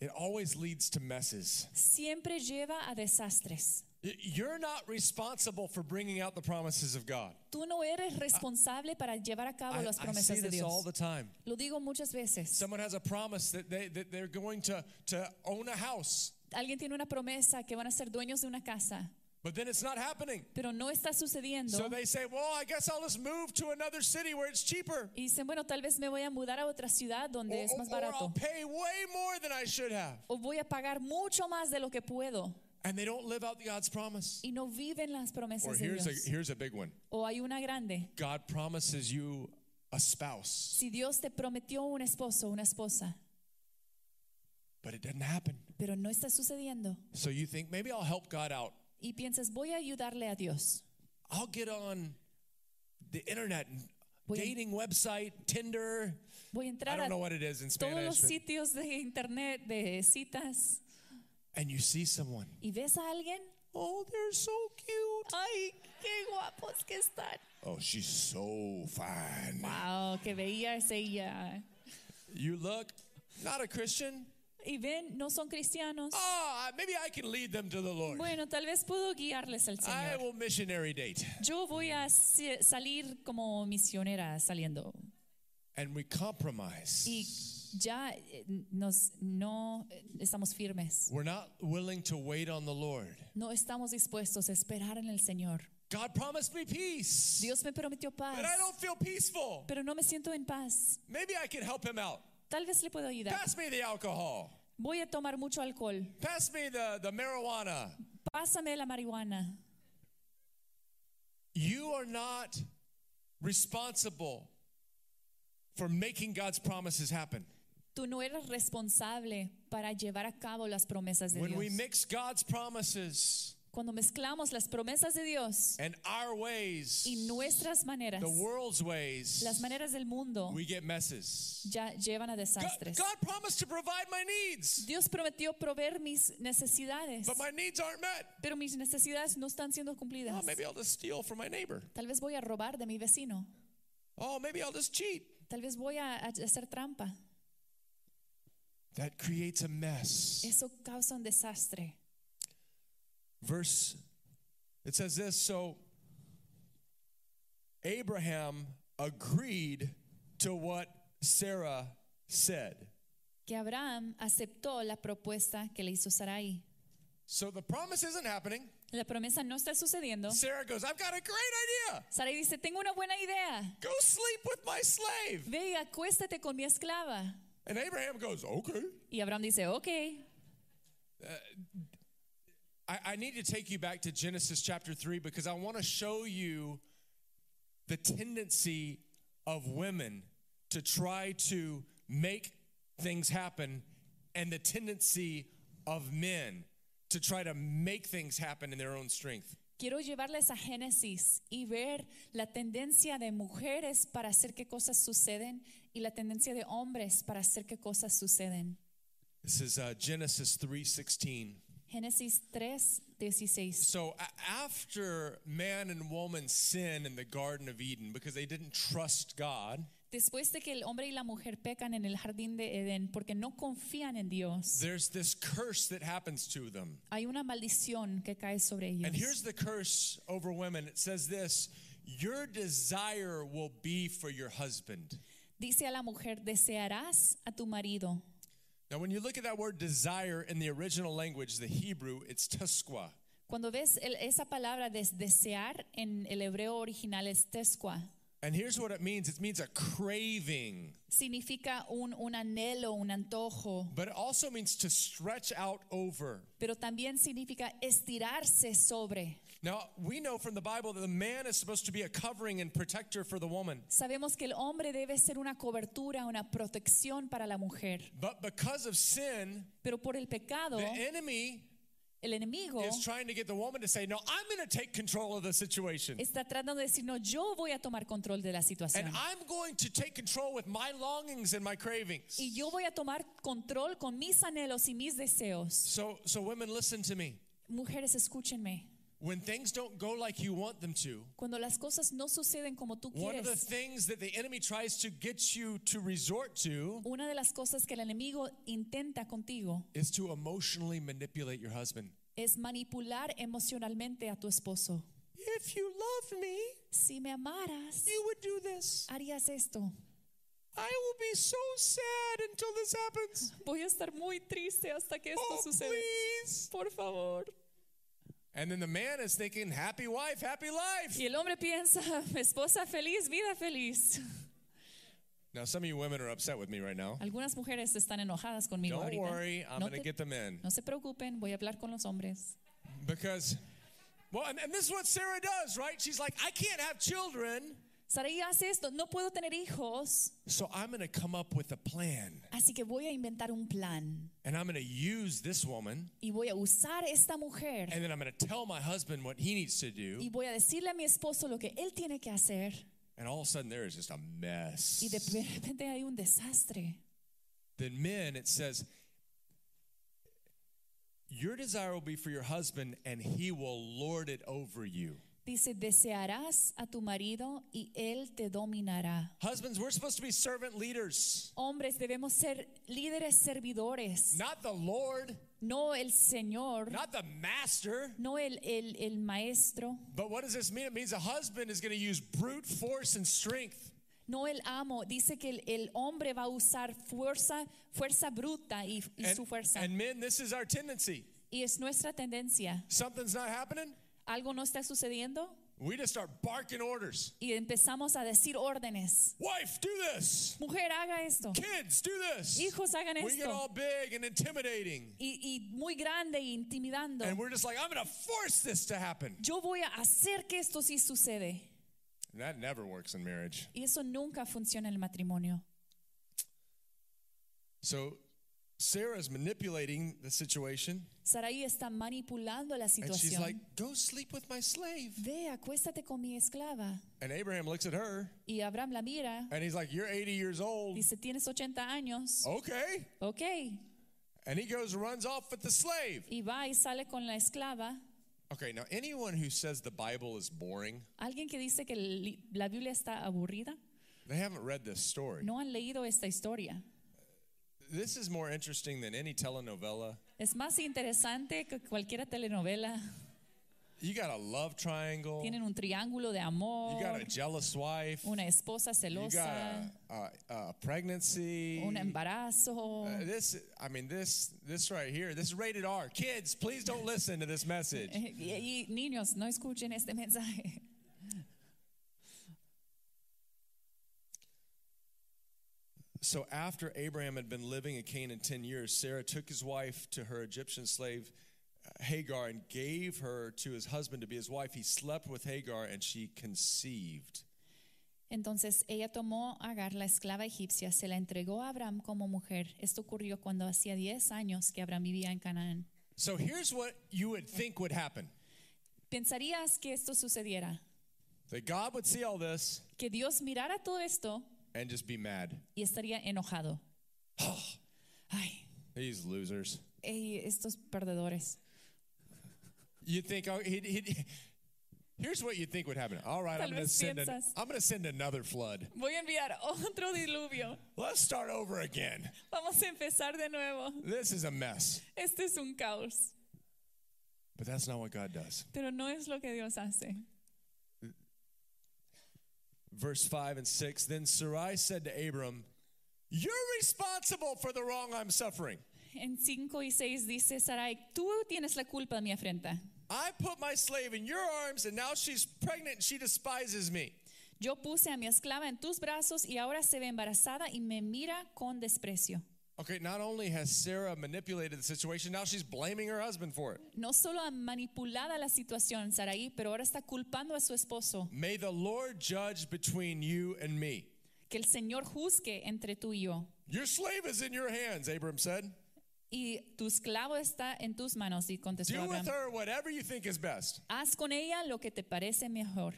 Speaker 1: it always leads to messes.
Speaker 2: siempre lleva a desastres.
Speaker 1: Y- You're not responsible for bringing out the promises of God.
Speaker 2: Tú no eres responsable para llevar a cabo
Speaker 1: I,
Speaker 2: las
Speaker 1: I see
Speaker 2: promesas de
Speaker 1: this all
Speaker 2: Dios.
Speaker 1: the time.
Speaker 2: Lo digo muchas veces.
Speaker 1: Someone has a promise that, they, that they're going to, to own a house,
Speaker 2: Alguien tiene una promesa que van a ser dueños de una casa,
Speaker 1: but then it's not happening.
Speaker 2: pero no está sucediendo.
Speaker 1: So they say, Well, I guess I'll just move to another city where it's cheaper.
Speaker 2: y dicen, bueno, tal vez me voy a mudar a otra ciudad
Speaker 1: Or,
Speaker 2: donde es más
Speaker 1: or- or I'll
Speaker 2: barato.
Speaker 1: pay way more than I should have.
Speaker 2: O voy a pagar mucho más de lo que puedo.
Speaker 1: And they don't live out God's promise.
Speaker 2: Y no viven las
Speaker 1: Or
Speaker 2: promesas de
Speaker 1: here's a,
Speaker 2: Dios.
Speaker 1: here's a big one
Speaker 2: O hay una grande.
Speaker 1: God promises you a spouse,
Speaker 2: Si Dios te prometió un esposo, una esposa,
Speaker 1: but it doesn't happen.
Speaker 2: pero no está sucediendo.
Speaker 1: So you think, Maybe I'll help God out.
Speaker 2: Y piensas, voy a ayudarle a Dios.
Speaker 1: I'll get on the internet, and
Speaker 2: Voy a-
Speaker 1: dating website, Tinder.
Speaker 2: Voy a
Speaker 1: I
Speaker 2: entrar
Speaker 1: don't
Speaker 2: a
Speaker 1: know what it is in
Speaker 2: todos los
Speaker 1: Spanish. but-
Speaker 2: sitios de internet, de citas,
Speaker 1: and you see someone.
Speaker 2: y ves a alguien.
Speaker 1: Oh, they're so cute.
Speaker 2: ¡Ay, qué guapos que están!
Speaker 1: Oh, she's so fine.
Speaker 2: Wow, que veía ese ella.
Speaker 1: You look not a Christian,
Speaker 2: y ven, no son cristianos.
Speaker 1: Ah, maybe I can lead them to the Lord.
Speaker 2: Bueno, tal vez puedo guiarles al
Speaker 1: I
Speaker 2: Señor.
Speaker 1: will missionary date.
Speaker 2: Yo voy a si- salir como misionera saliendo.
Speaker 1: And we compromise.
Speaker 2: Y ya eh, nos, no eh, estamos firmes.
Speaker 1: We're not willing to wait on the Lord.
Speaker 2: No estamos dispuestos a esperar en el Señor.
Speaker 1: God promised me peace.
Speaker 2: Dios me prometió paz,
Speaker 1: But I don't feel peaceful.
Speaker 2: pero no me siento en paz.
Speaker 1: Maybe I can help him out.
Speaker 2: Tal vez le puedo ayudar.
Speaker 1: Pass me the alcohol.
Speaker 2: Voy a tomar mucho alcohol.
Speaker 1: Pass me the, the marijuana.
Speaker 2: Pásame la marihuana.
Speaker 1: You are not responsible for making God's promises happen.
Speaker 2: Tú no eres responsable para llevar a cabo las promesas de
Speaker 1: When we
Speaker 2: Dios.
Speaker 1: mix God's promises
Speaker 2: Cuando mezclamos las promesas de Dios
Speaker 1: and our ways,
Speaker 2: y nuestras maneras,
Speaker 1: the world's ways,
Speaker 2: las maneras del mundo,
Speaker 1: we get messes.
Speaker 2: ya llevan a
Speaker 1: God,
Speaker 2: desastres.
Speaker 1: God promised to provide my needs,
Speaker 2: Dios prometió proveer mis necesidades,
Speaker 1: but my needs aren't met.
Speaker 2: pero mis necesidades no están siendo
Speaker 1: Oh,
Speaker 2: cumplidas.
Speaker 1: maybe I'll just steal from my neighbor.
Speaker 2: Tal vez voy a robar de mi vecino.
Speaker 1: Oh, maybe I'll just cheat.
Speaker 2: Tal vez voy a a hacer trampa.
Speaker 1: That creates a mess.
Speaker 2: Eso causa un desastre.
Speaker 1: verse it says this so abraham agreed to what sarah said
Speaker 2: Que Abraham aceptó la propuesta que le hizo Sarai.
Speaker 1: so the promise isn't happening
Speaker 2: La promesa no está sucediendo.
Speaker 1: sarah goes i've got a great idea
Speaker 2: Sarai dice, tengo una buena idea.
Speaker 1: go sleep with my slave
Speaker 2: Ve y acuéstate con mi esclava.
Speaker 1: and abraham goes okay
Speaker 2: Y Abraham dice, ok.
Speaker 1: i, I need to take you back to genesis chapter 3 because i want to show you the tendency of women to try to make things happen and the tendency of men to try to make things happen in their own strength.
Speaker 2: Quiero llevarles a Génesis y ver la tendencia de mujeres para hacer que cosas suceden y la tendencia de hombres para hacer que cosas suceden.
Speaker 1: This is uh, Genesis 3:16.
Speaker 2: Génesis 3, 16.
Speaker 1: So a- after man and woman sin in the garden of Eden because they didn't trust God,
Speaker 2: Después de que el hombre y la mujer pecan en el jardín de Edén porque no confían en Dios,
Speaker 1: there's this curse that happens to them.
Speaker 2: hay una maldición que cae sobre ellos.
Speaker 1: And here's the curse over women. It says this, your desire will be for your husband.
Speaker 2: Dice a la mujer, desearás a tu marido.
Speaker 1: Now, when you look at that word desire in the original language, the Hebrew, it's tusqua.
Speaker 2: Cuando ves el- esa palabra de desear en el hebreo original es tesqua,
Speaker 1: And here's what it means it means a craving,
Speaker 2: significa un, un anhelo, un antojo,
Speaker 1: but it also means to stretch out over.
Speaker 2: pero también significa estirarse sobre.
Speaker 1: Now, we know from the Bible that the man is supposed to be a covering and protector for the woman.
Speaker 2: Sabemos que el hombre debe ser una cobertura, una protección para la mujer,
Speaker 1: But because of sin,
Speaker 2: pero por el pecado,
Speaker 1: the enemy
Speaker 2: el enemigo
Speaker 1: is trying to get the woman to say, No, I'm going to take control of the situation.
Speaker 2: está tratando de decir, no, yo voy a tomar control de la
Speaker 1: And
Speaker 2: situación.
Speaker 1: I'm going to take control with my longings and my cravings.
Speaker 2: Y yo voy a tomar control con mis anhelos y mis deseos.
Speaker 1: So, so women, listen to me.
Speaker 2: Mujeres, escúchenme.
Speaker 1: When things don't go like you want them to,
Speaker 2: Cuando las cosas no suceden como tú
Speaker 1: One of the
Speaker 2: quieres,
Speaker 1: things that the enemy tries to get you to resort to
Speaker 2: una de las cosas que el enemigo intenta contigo
Speaker 1: is to emotionally manipulate your husband.
Speaker 2: es manipular emocionalmente a tu esposo.
Speaker 1: If you loved me,
Speaker 2: Si me amaras,
Speaker 1: you would do this.
Speaker 2: harías esto.
Speaker 1: I will be so sad until this happens.
Speaker 2: Voy a estar muy triste hasta que esto
Speaker 1: Oh,
Speaker 2: suceda.
Speaker 1: please.
Speaker 2: Por favor.
Speaker 1: And then the man is thinking, happy wife, happy life.
Speaker 2: Y el hombre piensa, esposa feliz, vida feliz.
Speaker 1: Now, some of you women are upset with me right now.
Speaker 2: Algunas mujeres están enojadas conmigo
Speaker 1: Don't
Speaker 2: ahorita.
Speaker 1: worry, I'm
Speaker 2: no,
Speaker 1: going to
Speaker 2: te-
Speaker 1: get them in.
Speaker 2: no se preocupen, voy a hablar con los hombres.
Speaker 1: Because, well, and, and this is what Sarah does, right? She's like, I can't have children,
Speaker 2: Sarai hace esto, no puedo tener hijos,
Speaker 1: so I'm going to come up with a plan.
Speaker 2: así que voy a inventar un plan
Speaker 1: And I'm going to use this woman
Speaker 2: y voy a usar esta mujer
Speaker 1: And then I'm going to tell my husband what he needs to do.
Speaker 2: y voy a decirle a mi esposo lo que él tiene que hacer
Speaker 1: And all of a sudden, there is just a mess.
Speaker 2: y de repente hay un desastre.
Speaker 1: Then, men, it says, Your desire will be for your husband, and he will lord it over you.
Speaker 2: Dice, desearás a tu marido y él te dominará.
Speaker 1: Husbands, we're supposed to be servant leaders,
Speaker 2: Hombres, debemos ser líderes servidores,
Speaker 1: not the Lord,
Speaker 2: no el Señor,
Speaker 1: not the master.
Speaker 2: no el, el, el maestro,
Speaker 1: But what does this mean? It means a husband is going to use brute force and strength.
Speaker 2: no el amo. Dice que el, el hombre va a usar fuerza, fuerza bruta y, y
Speaker 1: And,
Speaker 2: su fuerza.
Speaker 1: and men, this is our tendency.
Speaker 2: y es nuestra tendencia.
Speaker 1: Something's not happening,
Speaker 2: Algo no está sucediendo
Speaker 1: we just start barking orders.
Speaker 2: y empezamos a decir órdenes.
Speaker 1: Wife, do this.
Speaker 2: Mujer, haga esto.
Speaker 1: Kids, do this.
Speaker 2: Hijos, hagan
Speaker 1: we get all
Speaker 2: esto.
Speaker 1: big and intimidating.
Speaker 2: Y, y muy grande e intimidando.
Speaker 1: And we're just like, I'm going to force this to happen.
Speaker 2: Yo voy a hacer que esto sí sucede.
Speaker 1: And that never works in marriage.
Speaker 2: Y eso nunca funciona en el matrimonio.
Speaker 1: So Sarah's manipulating the situation.
Speaker 2: Sarai está manipulando la
Speaker 1: And she's
Speaker 2: situación.
Speaker 1: like, go sleep with my slave.
Speaker 2: Ve, acuéstate con mi esclava.
Speaker 1: And Abraham looks at her
Speaker 2: Y Abraham la mira.
Speaker 1: and he's like, You're 80 years old.
Speaker 2: Dice, tienes 80 años.
Speaker 1: Okay.
Speaker 2: Ok.
Speaker 1: And he goes, runs off with the slave.
Speaker 2: Y va y sale con la esclava.
Speaker 1: Okay, now anyone who says the Bible is boring,
Speaker 2: Alguien que dice que li- la Biblia está aburrida,
Speaker 1: they haven't read this story.
Speaker 2: no han leído esta historia.
Speaker 1: This is more interesting than any telenovela.
Speaker 2: Es más interesante que cualquier telenovela.
Speaker 1: You got a love triangle,
Speaker 2: Tienen un triángulo de
Speaker 1: Oh. you got a
Speaker 2: amor,
Speaker 1: jealous wife,
Speaker 2: una esposa
Speaker 1: you got
Speaker 2: celosa,
Speaker 1: a, a, a pregnancy.
Speaker 2: un embarazo.
Speaker 1: Uh, this, I mean, this, this right here, this is rated R. Kids, please don't listen to this message.
Speaker 2: Y, y niños, no escuchen este mensaje.
Speaker 1: So after Abraham had been living in Canaan 10 years, Sarah took his wife to her Egyptian slave uh, Hagar and gave her to his husband to be his wife. He slept with Hagar and she conceived.
Speaker 2: Entonces ella tomó a Agar, la esclava egipcia, se la entregó a Abraham como mujer. Esto ocurrió cuando hacía 10 años que Abraham vivía en Canaán.
Speaker 1: So here's what you would think would happen
Speaker 2: ¿Pensarías que esto sucediera?
Speaker 1: that God would see all this
Speaker 2: Que Dios mirara todo esto
Speaker 1: and just be mad.
Speaker 2: y estaría enojado. Ay,
Speaker 1: These losers.
Speaker 2: ey, estos perdedores.
Speaker 1: You'd think, oh, he'd, he'd, here's what you'd think would happen. All right,
Speaker 2: Tal
Speaker 1: I'm going to
Speaker 2: vez
Speaker 1: send an,
Speaker 2: piensas.
Speaker 1: I'm going to send another flood.
Speaker 2: Voy a enviar otro diluvio.
Speaker 1: Let's start over again.
Speaker 2: Vamos a empezar de nuevo.
Speaker 1: This is a mess.
Speaker 2: Este es un caos.
Speaker 1: But that's not what God does.
Speaker 2: Pero no es lo que Dios hace.
Speaker 1: verse 5 and 6 then sarai said to abram you're responsible for the wrong i'm suffering
Speaker 2: En 5 y 6 dice Sarai, tú tienes la culpa de mi afrenta.
Speaker 1: i put my slave in your arms and now she's pregnant and she despises me
Speaker 2: Yo puse a mi esclava en tus brazos y ahora se ve embarazada y me mira con desprecio.
Speaker 1: okay not only has sarah manipulated the situation now she's blaming her husband for it
Speaker 2: No solo ha manipulado la situación Sarai, pero ahora está culpando a su esposo.
Speaker 1: may the lord judge between you and me
Speaker 2: Que el Señor juzgue entre tú y yo.
Speaker 1: your slave is in your hands abram said
Speaker 2: Y tu esclavo está en tus manos, y contestó
Speaker 1: do with
Speaker 2: Abraham.
Speaker 1: her whatever you think is best
Speaker 2: Haz con ella lo que te parece mejor.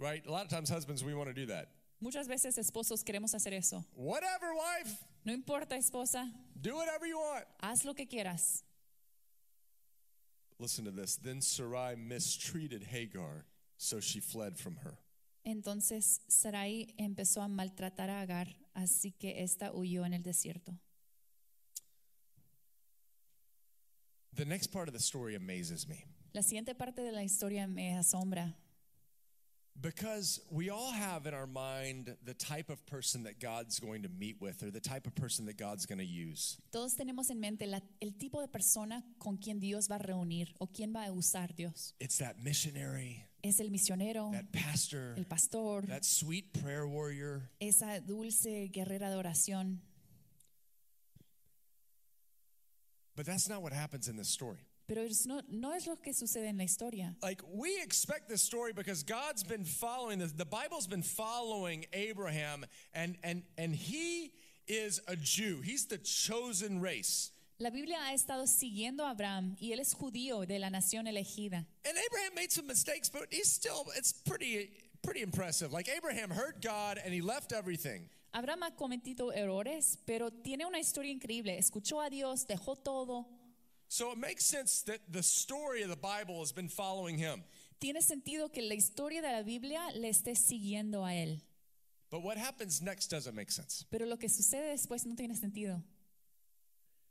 Speaker 1: right a lot of times husbands we want to do that
Speaker 2: Muchas veces esposos queremos hacer eso.
Speaker 1: whatever wife
Speaker 2: No importa, esposa,
Speaker 1: do whatever you want
Speaker 2: haz lo que quieras.
Speaker 1: Listen to this. Then Sarai mistreated Hagar, so she fled from her.
Speaker 2: Entonces Sarai empezó a maltratar a Agar, así que ésta huyó en el desierto.
Speaker 1: The next part of the story amazes me
Speaker 2: La siguiente parte de la historia me asombra,
Speaker 1: because we all have in our mind the type of person that God's going to meet with or the type of person that God's going to use.
Speaker 2: Todos tenemos en mente la- el tipo de persona con quien Dios va a reunir o quien va a usar Dios.
Speaker 1: It's that missionary,
Speaker 2: Es el misionero,
Speaker 1: that pastor,
Speaker 2: el pastor,
Speaker 1: that sweet prayer warrior.
Speaker 2: esa dulce guerrera de oración.
Speaker 1: But that's not what happens in this story.
Speaker 2: Pero es- no, no es lo que sucede en la historia.
Speaker 1: Like, we expect this story because God's been following this. The Bible's been following Abraham, and, and, and he is a Jew. He's the chosen race.
Speaker 2: La Biblia ha estado siguiendo a Abraham y él es judío de la nación elegida.
Speaker 1: And Abraham made some mistakes, but he's still it's pretty pretty impressive. Like Abraham heard God and he left everything.
Speaker 2: Abraham ha cometido errores, pero tiene una historia increíble. Escuchó a Dios, dejó todo.
Speaker 1: So it makes sense that the story of the Bible has been following him.
Speaker 2: tiene sentido que la historia de la Biblia le esté siguiendo a él.
Speaker 1: But what happens next doesn't make sense
Speaker 2: Pero lo que sucede después no tiene sentido.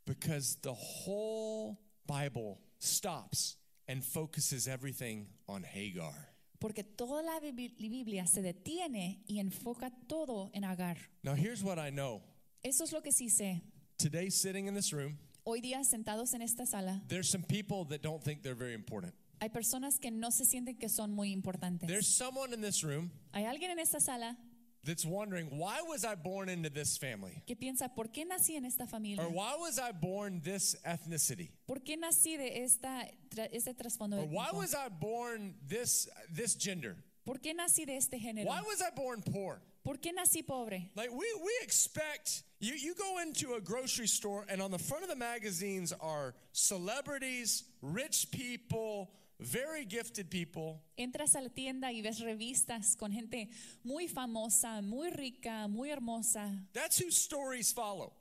Speaker 1: because the whole Bible stops and focuses everything on Hagar.
Speaker 2: Porque toda la Bibli- Biblia se detiene y enfoca todo en Agar.
Speaker 1: Now, here's what I know.
Speaker 2: Eso es lo que sí sé.
Speaker 1: Today, sitting in this room,
Speaker 2: Hoy día, sentados en esta sala,
Speaker 1: there's some people that don't think they're very important.
Speaker 2: hay personas que no se sienten que son muy
Speaker 1: There's
Speaker 2: importantes.
Speaker 1: someone in this room
Speaker 2: Hay alguien en esta sala
Speaker 1: that's wondering, why was I born into this family?
Speaker 2: que piensa, ¿por qué nací en esta familia?
Speaker 1: Or why was I born this ethnicity?
Speaker 2: ¿Por qué nací de esta, tra- este trasfondo?
Speaker 1: Or why
Speaker 2: étnico?
Speaker 1: was I born this this gender?
Speaker 2: ¿Por qué nací de este género?
Speaker 1: Why was I born poor?
Speaker 2: ¿Por qué nací pobre?
Speaker 1: Like we we expect you you go into a grocery store and on the front of the magazines are celebrities, rich people, very gifted people,
Speaker 2: Entras a la tienda y ves revistas con gente muy famosa, muy rica, muy hermosa.
Speaker 1: That's whose stories follow.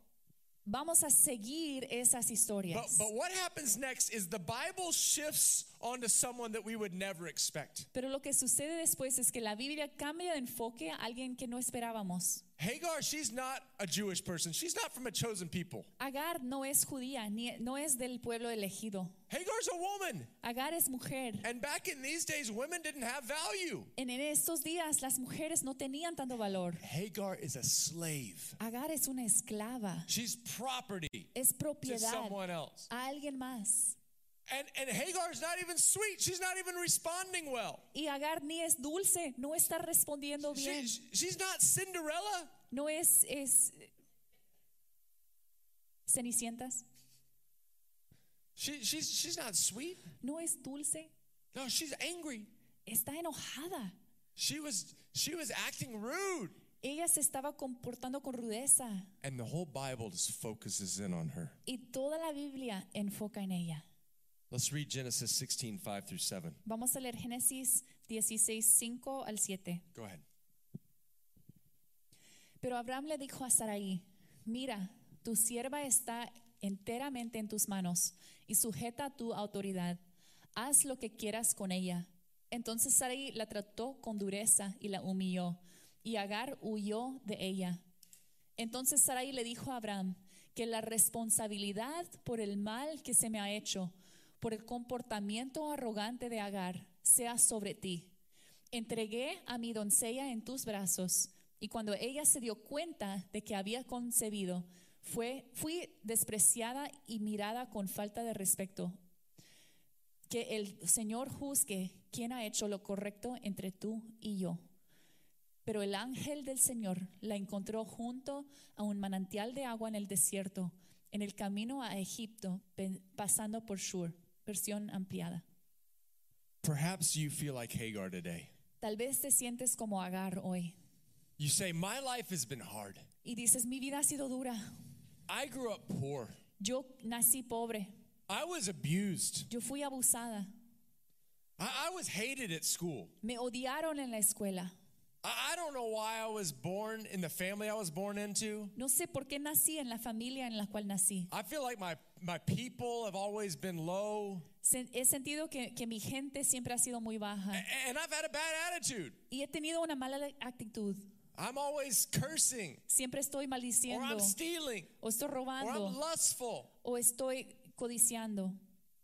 Speaker 2: Vamos a seguir esas
Speaker 1: But,
Speaker 2: historias.
Speaker 1: but what happens next is the Bible shifts onto someone that we would never expect.
Speaker 2: Pero lo que sucede después es que la Biblia cambia de enfoque a alguien que no esperábamos.
Speaker 1: Hagar, she's not a Jewish person. She's not from a chosen people.
Speaker 2: Agar no es judía, ni no es del pueblo elegido.
Speaker 1: Hagar's a woman.
Speaker 2: Agar es mujer.
Speaker 1: And back in these days, women didn't have value.
Speaker 2: En en estos días las mujeres no tenían tanto valor.
Speaker 1: Hagar is a slave.
Speaker 2: Agar es una esclava,
Speaker 1: She's property
Speaker 2: es
Speaker 1: to
Speaker 2: propiedad
Speaker 1: someone else.
Speaker 2: a alguien más.
Speaker 1: And, and Hagar's not even sweet. She's not even responding well.
Speaker 2: Y Agar ni es dulce, no está respondiendo bien.
Speaker 1: She, she's not Cinderella.
Speaker 2: No es, es cenicientas,
Speaker 1: She, she's, she's not sweet.
Speaker 2: no es dulce,
Speaker 1: No, she's angry.
Speaker 2: está enojada.
Speaker 1: She was, she was acting rude.
Speaker 2: Ella se estaba comportando con rudeza
Speaker 1: And the whole Bible just focuses in on her.
Speaker 2: y toda la Biblia enfoca en ella.
Speaker 1: Let's read Genesis 16, 5 through 7.
Speaker 2: Vamos a leer Génesis 16, 5 al 7.
Speaker 1: Go ahead.
Speaker 2: Pero Abraham le dijo a Sarai, mira, tu sierva está enteramente en tus manos y sujeta a tu autoridad. Haz lo que quieras con ella. Entonces Sarai la trató con dureza y la humilló, y Agar huyó de ella. Entonces Sarai le dijo a Abraham que la responsabilidad por el mal que se me ha hecho, por el comportamiento arrogante de Agar, sea sobre ti. Entregué a mi doncella en tus brazos, y cuando ella se dio cuenta de que había concebido, fue, fui despreciada y mirada con falta de respeto. Que el Señor juzgue quién ha hecho lo correcto entre tú y yo. Pero el ángel del Señor la encontró junto a un manantial de agua en el desierto, en el camino a Egipto, pe- pasando por Shur, versión ampliada.
Speaker 1: Perhaps you feel like Hagar today.
Speaker 2: Tal vez te sientes como Agar hoy
Speaker 1: You say, My life has been hard.
Speaker 2: y dices, mi vida ha sido dura,
Speaker 1: I grew up poor.
Speaker 2: yo nací pobre,
Speaker 1: I was abused.
Speaker 2: yo fui abusada,
Speaker 1: I, I was hated at school.
Speaker 2: me odiaron en la escuela,
Speaker 1: I, I don't know why I was born in the family I was born into.
Speaker 2: no sé por qué nací en la familia en la cual nací.
Speaker 1: I feel like my, my people have always been low,
Speaker 2: Sen- He sentido que, que mi gente siempre ha sido muy
Speaker 1: a-
Speaker 2: baja
Speaker 1: and I've had a bad attitude.
Speaker 2: y he tenido una mala actitud.
Speaker 1: I'm always cursing,
Speaker 2: Siempre estoy
Speaker 1: or I'm
Speaker 2: maldiciendo
Speaker 1: stealing,
Speaker 2: o estoy
Speaker 1: or
Speaker 2: robando.
Speaker 1: I'm lustful.
Speaker 2: o estoy codiciando.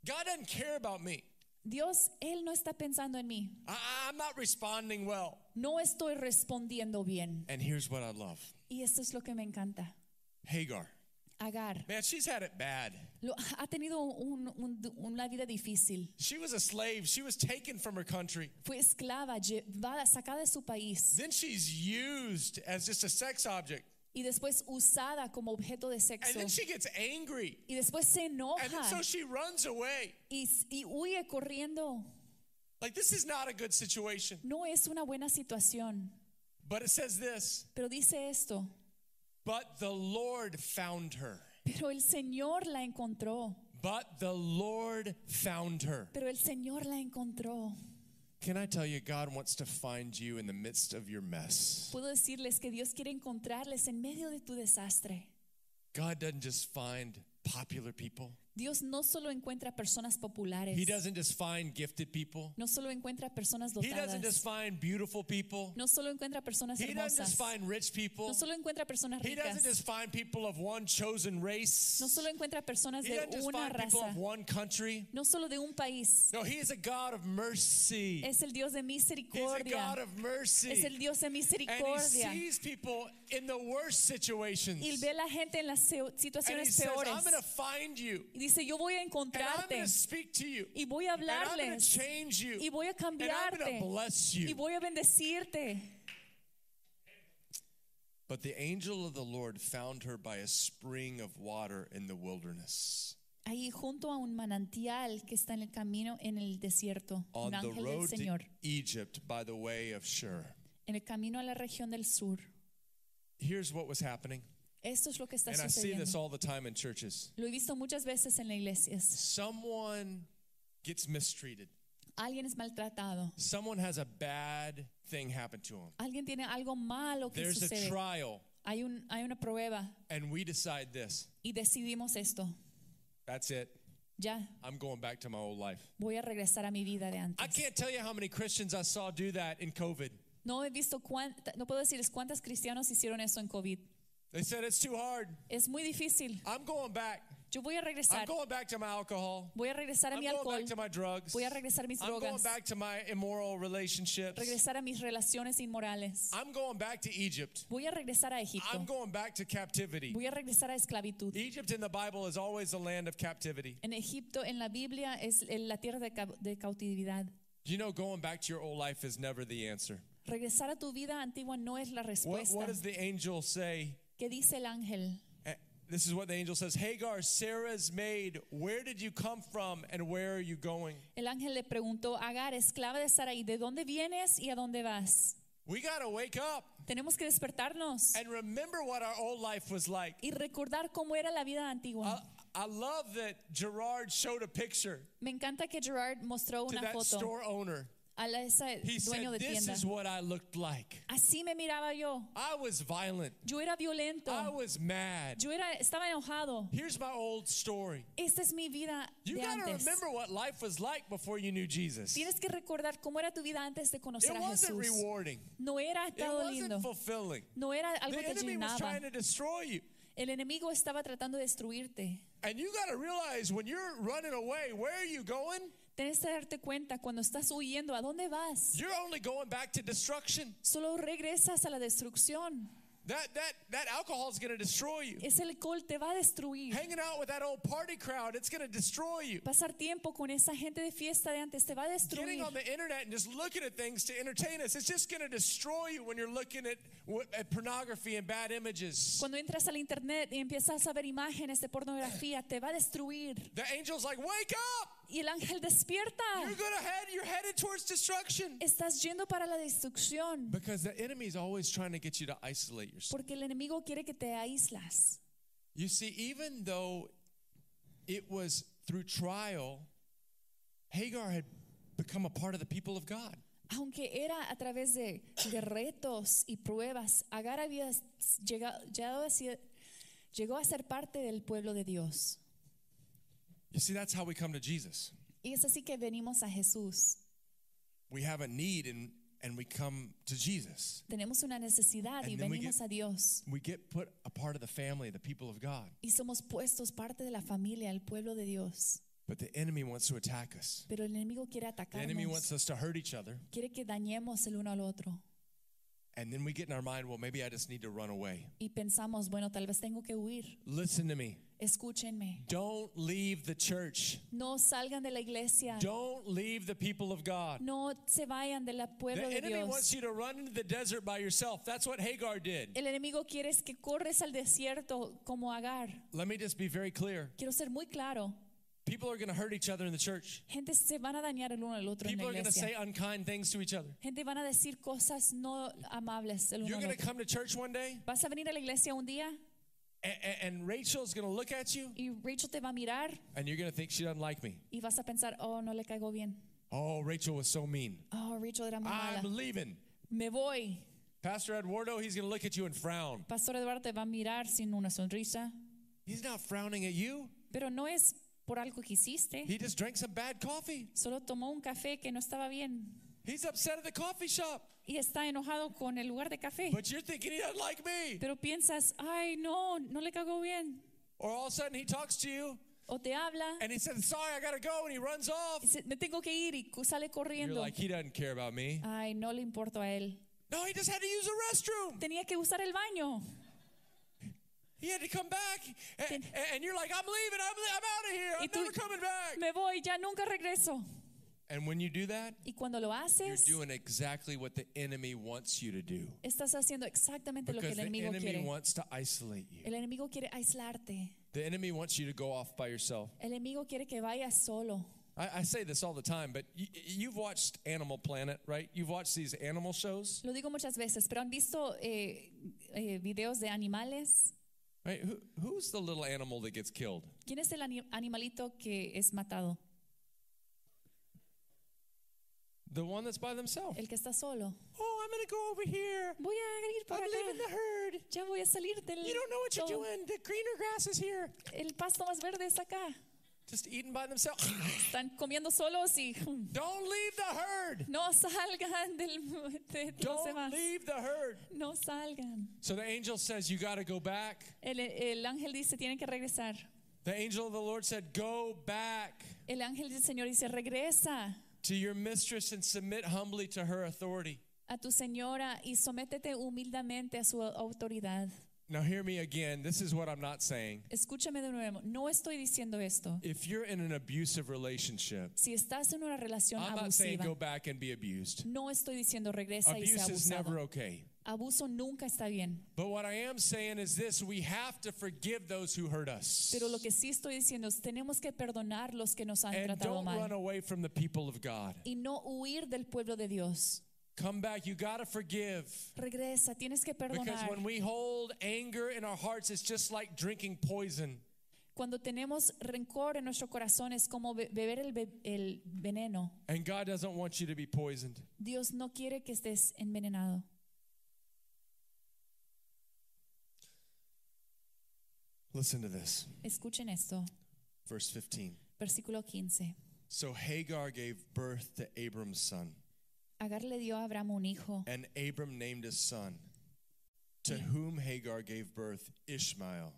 Speaker 1: God doesn't care about me.
Speaker 2: Dios, Él no está pensando en mí.
Speaker 1: I, I- I'm not responding well.
Speaker 2: No estoy respondiendo bien.
Speaker 1: And here's what I love
Speaker 2: Y esto es lo que me encanta.
Speaker 1: Hagar.
Speaker 2: Agar
Speaker 1: Man, she's had it bad.
Speaker 2: lo- ha tenido un- un- una vida difícil.
Speaker 1: She was a slave, she was taken from her country.
Speaker 2: Fue esclava, llevada, sacada de su país
Speaker 1: Then she's used as just a sex object.
Speaker 2: y después usada como objeto de
Speaker 1: And
Speaker 2: sexo.
Speaker 1: then she gets angry.
Speaker 2: Y después se
Speaker 1: And then so
Speaker 2: enoja
Speaker 1: she runs away.
Speaker 2: y, s- y huye corriendo.
Speaker 1: Like, this is not a good situation.
Speaker 2: No es una buena situación.
Speaker 1: But it says this
Speaker 2: Pero dice esto,
Speaker 1: But the Lord found her.
Speaker 2: pero el Señor la encontró.
Speaker 1: But the Lord found her.
Speaker 2: Pero el Señor la encontró.
Speaker 1: Can I tell you, God wants to find you in the midst of your mess.
Speaker 2: Puedo decirles que Dios quiere encontrarles en medio de tu desastre.
Speaker 1: God doesn't just find popular people,
Speaker 2: Dios no solo encuentra personas
Speaker 1: He
Speaker 2: populares,
Speaker 1: doesn't just find gifted people.
Speaker 2: no solo encuentra personas
Speaker 1: He doesn't just
Speaker 2: dotadas,
Speaker 1: find beautiful people.
Speaker 2: no solo encuentra personas
Speaker 1: He doesn't
Speaker 2: hermosas,
Speaker 1: just find rich people.
Speaker 2: no solo encuentra personas
Speaker 1: He doesn't
Speaker 2: ricas,
Speaker 1: just find people of one chosen race.
Speaker 2: no solo encuentra personas
Speaker 1: He
Speaker 2: de
Speaker 1: doesn't just
Speaker 2: una
Speaker 1: find people
Speaker 2: raza,
Speaker 1: of one country.
Speaker 2: no solo de un país.
Speaker 1: No, he is a God of mercy.
Speaker 2: Es el Dios de
Speaker 1: He's a God
Speaker 2: misericordia,
Speaker 1: of
Speaker 2: es el
Speaker 1: mercy.
Speaker 2: Dios de
Speaker 1: And he
Speaker 2: misericordia.
Speaker 1: sees people in the worst
Speaker 2: Y
Speaker 1: situations.
Speaker 2: ve a la gente en las seo-
Speaker 1: And he
Speaker 2: situaciones
Speaker 1: says, I'm
Speaker 2: peores.
Speaker 1: going to find you.
Speaker 2: Y dice, yo voy a
Speaker 1: And I'm going
Speaker 2: encontrarte
Speaker 1: to speak to you.
Speaker 2: y voy a
Speaker 1: And I'm going to
Speaker 2: hablarles
Speaker 1: change you.
Speaker 2: y voy a
Speaker 1: And I'm going
Speaker 2: cambiarte
Speaker 1: to bless
Speaker 2: y
Speaker 1: you.
Speaker 2: voy a bendecirte.
Speaker 1: But the angel of the Lord found her by a spring of water in the wilderness.
Speaker 2: Ahí junto a un manantial que está en el camino en el desierto,
Speaker 1: On
Speaker 2: un
Speaker 1: the
Speaker 2: ángel del
Speaker 1: road to
Speaker 2: Señor,
Speaker 1: Egypt by the way of Shur.
Speaker 2: en el camino a la región del sur.
Speaker 1: Here's what was happening.
Speaker 2: Esto es lo que está
Speaker 1: And I see this
Speaker 2: sucediendo.
Speaker 1: all the time in churches.
Speaker 2: Lo he visto muchas veces en las iglesias.
Speaker 1: Someone gets mistreated.
Speaker 2: Alguien es maltratado.
Speaker 1: Someone has a bad thing happen to them.
Speaker 2: Alguien tiene algo malo que
Speaker 1: There's a
Speaker 2: sucede.
Speaker 1: trial,
Speaker 2: Hay, un, hay una prueba
Speaker 1: and we decide this.
Speaker 2: y decidimos esto.
Speaker 1: That's it.
Speaker 2: Ya,
Speaker 1: I'm going back to my old life.
Speaker 2: voy a regresar a mi vida de antes.
Speaker 1: I can't tell you how many Christians I saw do that in COVID.
Speaker 2: No he visto cuánta- no puedo decirles cuántas cristianos hicieron eso en COVID.
Speaker 1: They said, It's too hard.
Speaker 2: Es muy difícil.
Speaker 1: I'm going back.
Speaker 2: Yo voy a
Speaker 1: I'm
Speaker 2: regresar.
Speaker 1: going back to my alcohol.
Speaker 2: Voy a regresar a
Speaker 1: I'm
Speaker 2: mi
Speaker 1: going
Speaker 2: alcohol.
Speaker 1: back to my drugs.
Speaker 2: Voy a regresar a mis
Speaker 1: I'm going
Speaker 2: drogas.
Speaker 1: back to my immoral relationships.
Speaker 2: Regresar a mis relaciones inmorales.
Speaker 1: I'm going back to Egypt.
Speaker 2: Voy a regresar a
Speaker 1: I'm
Speaker 2: Egipto.
Speaker 1: going back to captivity.
Speaker 2: Voy a regresar a esclavitud.
Speaker 1: Egypt in the Bible is always a land of captivity.
Speaker 2: En Egipto, en la Biblia, es el- la tierra de, cau- de cautividad.
Speaker 1: You know, going back to your old life is never the answer.
Speaker 2: Regresar a tu vida antigua no es la
Speaker 1: What,
Speaker 2: respuesta.
Speaker 1: what does the angel say?
Speaker 2: ¿Qué dice el ángel?
Speaker 1: Eh, This is what the angel says Hagar, Sarah's maid, where did you come from and where are you going?
Speaker 2: El ángel le preguntó, Agar, esclava de Saraí, ¿de dónde vienes y a dónde vas?
Speaker 1: We got to wake up
Speaker 2: Tenemos que despertarnos
Speaker 1: and remember what our old life was like.
Speaker 2: y recordar cómo era la vida
Speaker 1: I,
Speaker 2: antigua.
Speaker 1: I love that Gerard showed a picture
Speaker 2: Me encanta que Gerard mostró
Speaker 1: to
Speaker 2: una
Speaker 1: that
Speaker 2: foto
Speaker 1: store owner.
Speaker 2: a la- ese
Speaker 1: He
Speaker 2: dueño
Speaker 1: said,
Speaker 2: de
Speaker 1: This
Speaker 2: tienda.
Speaker 1: is what I looked like.
Speaker 2: Así me miraba yo.
Speaker 1: I was violent,
Speaker 2: Yo era violento.
Speaker 1: I was mad.
Speaker 2: Yo era, estaba enojado.
Speaker 1: Here's my old story.
Speaker 2: Esta es mi vida
Speaker 1: You
Speaker 2: de
Speaker 1: got to
Speaker 2: antes.
Speaker 1: remember what life was like before you knew Jesus. It
Speaker 2: Tienes que recordar cómo era tu vida antes de conocer a
Speaker 1: wasn't
Speaker 2: Jesús.
Speaker 1: rewarding.
Speaker 2: No era
Speaker 1: It
Speaker 2: tan lindo.
Speaker 1: wasn't fulfilling.
Speaker 2: No era algo
Speaker 1: The
Speaker 2: que te
Speaker 1: enemy was
Speaker 2: llenaba.
Speaker 1: trying to destroy you.
Speaker 2: El enemigo estaba tratando de destruirte.
Speaker 1: And you got to realize when you're running away, where are you going?
Speaker 2: Tienes que darte cuenta cuando estás huyendo, ¿a dónde vas?
Speaker 1: You're only going back to destruction.
Speaker 2: Solo regresas a la destrucción.
Speaker 1: That that that alcohol is going to destroy you.
Speaker 2: Ese alcohol te va a destruir.
Speaker 1: Hanging out with that old party crowd, it's going to destroy you.
Speaker 2: Pasar tiempo con esa gente de fiesta de antes te va a
Speaker 1: Getting
Speaker 2: destruir.
Speaker 1: on the internet and just looking at things to entertain us, it's just going to destroy you when you're looking at w- at pornography and bad images.
Speaker 2: Cuando entras al internet y empiezas a ver imágenes de pornografía, te va a destruir.
Speaker 1: The angel's like, "Wake up!
Speaker 2: Y el ángel despierta.
Speaker 1: You're going to head you're headed towards destruction."
Speaker 2: Estás yendo para la destrucción
Speaker 1: Because the enemy is always trying to get you to isolate yourself.
Speaker 2: porque el enemigo quiere que te aíslas.
Speaker 1: You see, even though it was through trial, Hagar had become a part of the people of God.
Speaker 2: Aunque era a través de, de retos y pruebas, Agar había llegado, llegado a ser- llegó a ser parte del pueblo de Dios.
Speaker 1: You see, that's how we come to Jesus.
Speaker 2: Y es así que venimos a Jesús.
Speaker 1: We have a need and, and we come to Jesus.
Speaker 2: Tenemos una necesidad y
Speaker 1: And then we
Speaker 2: venimos
Speaker 1: get-
Speaker 2: a Dios.
Speaker 1: We get put a part of the family, the people of God.
Speaker 2: Y somos puestos parte de la familia, el pueblo de Dios.
Speaker 1: But the enemy wants to attack us.
Speaker 2: Pero el enemigo quiere
Speaker 1: The enemy wants
Speaker 2: atacarnos.
Speaker 1: us to hurt each other.
Speaker 2: Quiere que dañemos el uno al otro.
Speaker 1: And then we get in our mind, well, maybe I just need to run away.
Speaker 2: Y pensamos, bueno, tal vez tengo que huir.
Speaker 1: Listen to me.
Speaker 2: Escúchenme.
Speaker 1: Don't leave the church.
Speaker 2: No salgan de la iglesia.
Speaker 1: Don't leave the people of God.
Speaker 2: No se vayan del
Speaker 1: The
Speaker 2: pueblo de
Speaker 1: enemy wants
Speaker 2: Dios.
Speaker 1: you to run into the desert by yourself. That's what Hagar did.
Speaker 2: El enemigo quiere es que corres al desierto como Agar.
Speaker 1: Let me just be very clear.
Speaker 2: Quiero ser muy claro.
Speaker 1: People are going to hurt each other in the church.
Speaker 2: Gente se van a dañar el uno al otro en
Speaker 1: People
Speaker 2: la
Speaker 1: are going to say
Speaker 2: iglesia.
Speaker 1: unkind things to each other.
Speaker 2: Gente van a decir cosas no amables el uno
Speaker 1: You're
Speaker 2: al
Speaker 1: going to
Speaker 2: otro.
Speaker 1: come to church one day,
Speaker 2: Vas a venir a la iglesia un día
Speaker 1: and, and Rachel's going to look at you,
Speaker 2: y Rachel te va a mirar
Speaker 1: and you're going to think she doesn't like me.
Speaker 2: y vas a pensar, oh, no le caigo bien.
Speaker 1: Oh, Rachel was so mean.
Speaker 2: Oh, Rachel era muy mala.
Speaker 1: I'm leaving.
Speaker 2: Me voy.
Speaker 1: Pastor Eduardo, he's going to look at you and frown.
Speaker 2: Pastor Eduardo te va a mirar sin una sonrisa,
Speaker 1: He's not frowning at you.
Speaker 2: pero no es por algo que hiciste.
Speaker 1: He just drank some bad coffee.
Speaker 2: Solo tomó un café que no estaba bien
Speaker 1: He's upset at the coffee shop.
Speaker 2: y está enojado con el lugar de café.
Speaker 1: But you're thinking he doesn't like me.
Speaker 2: Pero piensas, ay, no, no le cagó bien.
Speaker 1: Or all of a sudden he talks to you
Speaker 2: O te habla,
Speaker 1: and he says, Sorry, I gotta go. And he runs off.
Speaker 2: dice, me tengo que ir y cu- sale
Speaker 1: You're
Speaker 2: corriendo.
Speaker 1: like, He doesn't care about me.
Speaker 2: Ay, no le importó a él.
Speaker 1: No, he just had to use a restroom.
Speaker 2: Tenía que usar el baño.
Speaker 1: He had to come back. A- And, you're like, I'm leaving. I'm, li- I'm out of here.
Speaker 2: Y
Speaker 1: I'm
Speaker 2: tú-
Speaker 1: never coming back.
Speaker 2: Me voy, ya nunca regreso.
Speaker 1: And when you do that,
Speaker 2: Y cuando lo
Speaker 1: you're
Speaker 2: haces,
Speaker 1: doing exactly what the enemy wants you to do.
Speaker 2: estás haciendo exactamente lo que
Speaker 1: Because the
Speaker 2: el enemigo
Speaker 1: enemy
Speaker 2: quiere.
Speaker 1: wants to isolate you.
Speaker 2: El enemigo quiere aislarte.
Speaker 1: The enemy wants you to go off by yourself.
Speaker 2: El enemigo quiere que vayas solo.
Speaker 1: I, I say this all the time, but y- y- you've watched Animal Planet, right? You've watched these animal shows,
Speaker 2: Lo digo muchas veces, pero han visto eh, eh, videos de animales.
Speaker 1: right? Who, who's the little animal that gets killed?
Speaker 2: ¿Quién es el ani- animalito que es matado?
Speaker 1: The one that's by themselves.
Speaker 2: El que está solo.
Speaker 1: Oh, I'm gonna go over here.
Speaker 2: Voy a ir por
Speaker 1: I'm leaving
Speaker 2: acá.
Speaker 1: the herd.
Speaker 2: Ya voy a salir del.
Speaker 1: You don't know what you're
Speaker 2: todo.
Speaker 1: doing. The greener grass is here.
Speaker 2: El pasto más verde es acá.
Speaker 1: Just eating by themselves.
Speaker 2: Están comiendo solos y
Speaker 1: Don't leave the herd.
Speaker 2: no salgan del, de los
Speaker 1: Don't
Speaker 2: demás.
Speaker 1: leave the herd.
Speaker 2: No salgan.
Speaker 1: So the angel says, You gotta go back.
Speaker 2: El, el ángel dice tienen que regresar.
Speaker 1: The angel of the Lord said, Go back
Speaker 2: El ángel del Señor dice regresa
Speaker 1: to your mistress and submit humbly to her authority.
Speaker 2: a tu señora y sométete humildemente a su autoridad.
Speaker 1: Now, hear me again. This is what I'm not saying.
Speaker 2: Escúchame de nuevo. No estoy diciendo esto.
Speaker 1: If you're in an abusive relationship,
Speaker 2: Si estás en una relación
Speaker 1: I'm not saying
Speaker 2: abusiva,
Speaker 1: go back and be abused.
Speaker 2: no estoy diciendo regresa y sea
Speaker 1: Abuse is
Speaker 2: abusado.
Speaker 1: never okay.
Speaker 2: Abuso nunca está bien.
Speaker 1: But what I am saying is this we have to forgive those who hurt us.
Speaker 2: Pero lo que sí estoy diciendo es tenemos que perdonar los que nos han
Speaker 1: And
Speaker 2: tratado
Speaker 1: don't run
Speaker 2: mal
Speaker 1: away from the people of God.
Speaker 2: y no huir del pueblo de Dios.
Speaker 1: Come back. You got to forgive.
Speaker 2: Regresa, tienes que
Speaker 1: Because
Speaker 2: perdonar.
Speaker 1: when we hold anger in our hearts, it's just like drinking poison.
Speaker 2: Cuando tenemos rencor en nuestro corazón es como be- beber el, be- el veneno.
Speaker 1: And God doesn't want you to be poisoned.
Speaker 2: Dios no quiere que estés envenenado.
Speaker 1: Listen to this.
Speaker 2: Escuchen esto,
Speaker 1: Verse 15.
Speaker 2: versículo 15.
Speaker 1: So Hagar gave birth to Abram's son.
Speaker 2: Agar le dio a Abraham un hijo
Speaker 1: And Abram named his son, to whom Hagar gave birth Ishmael,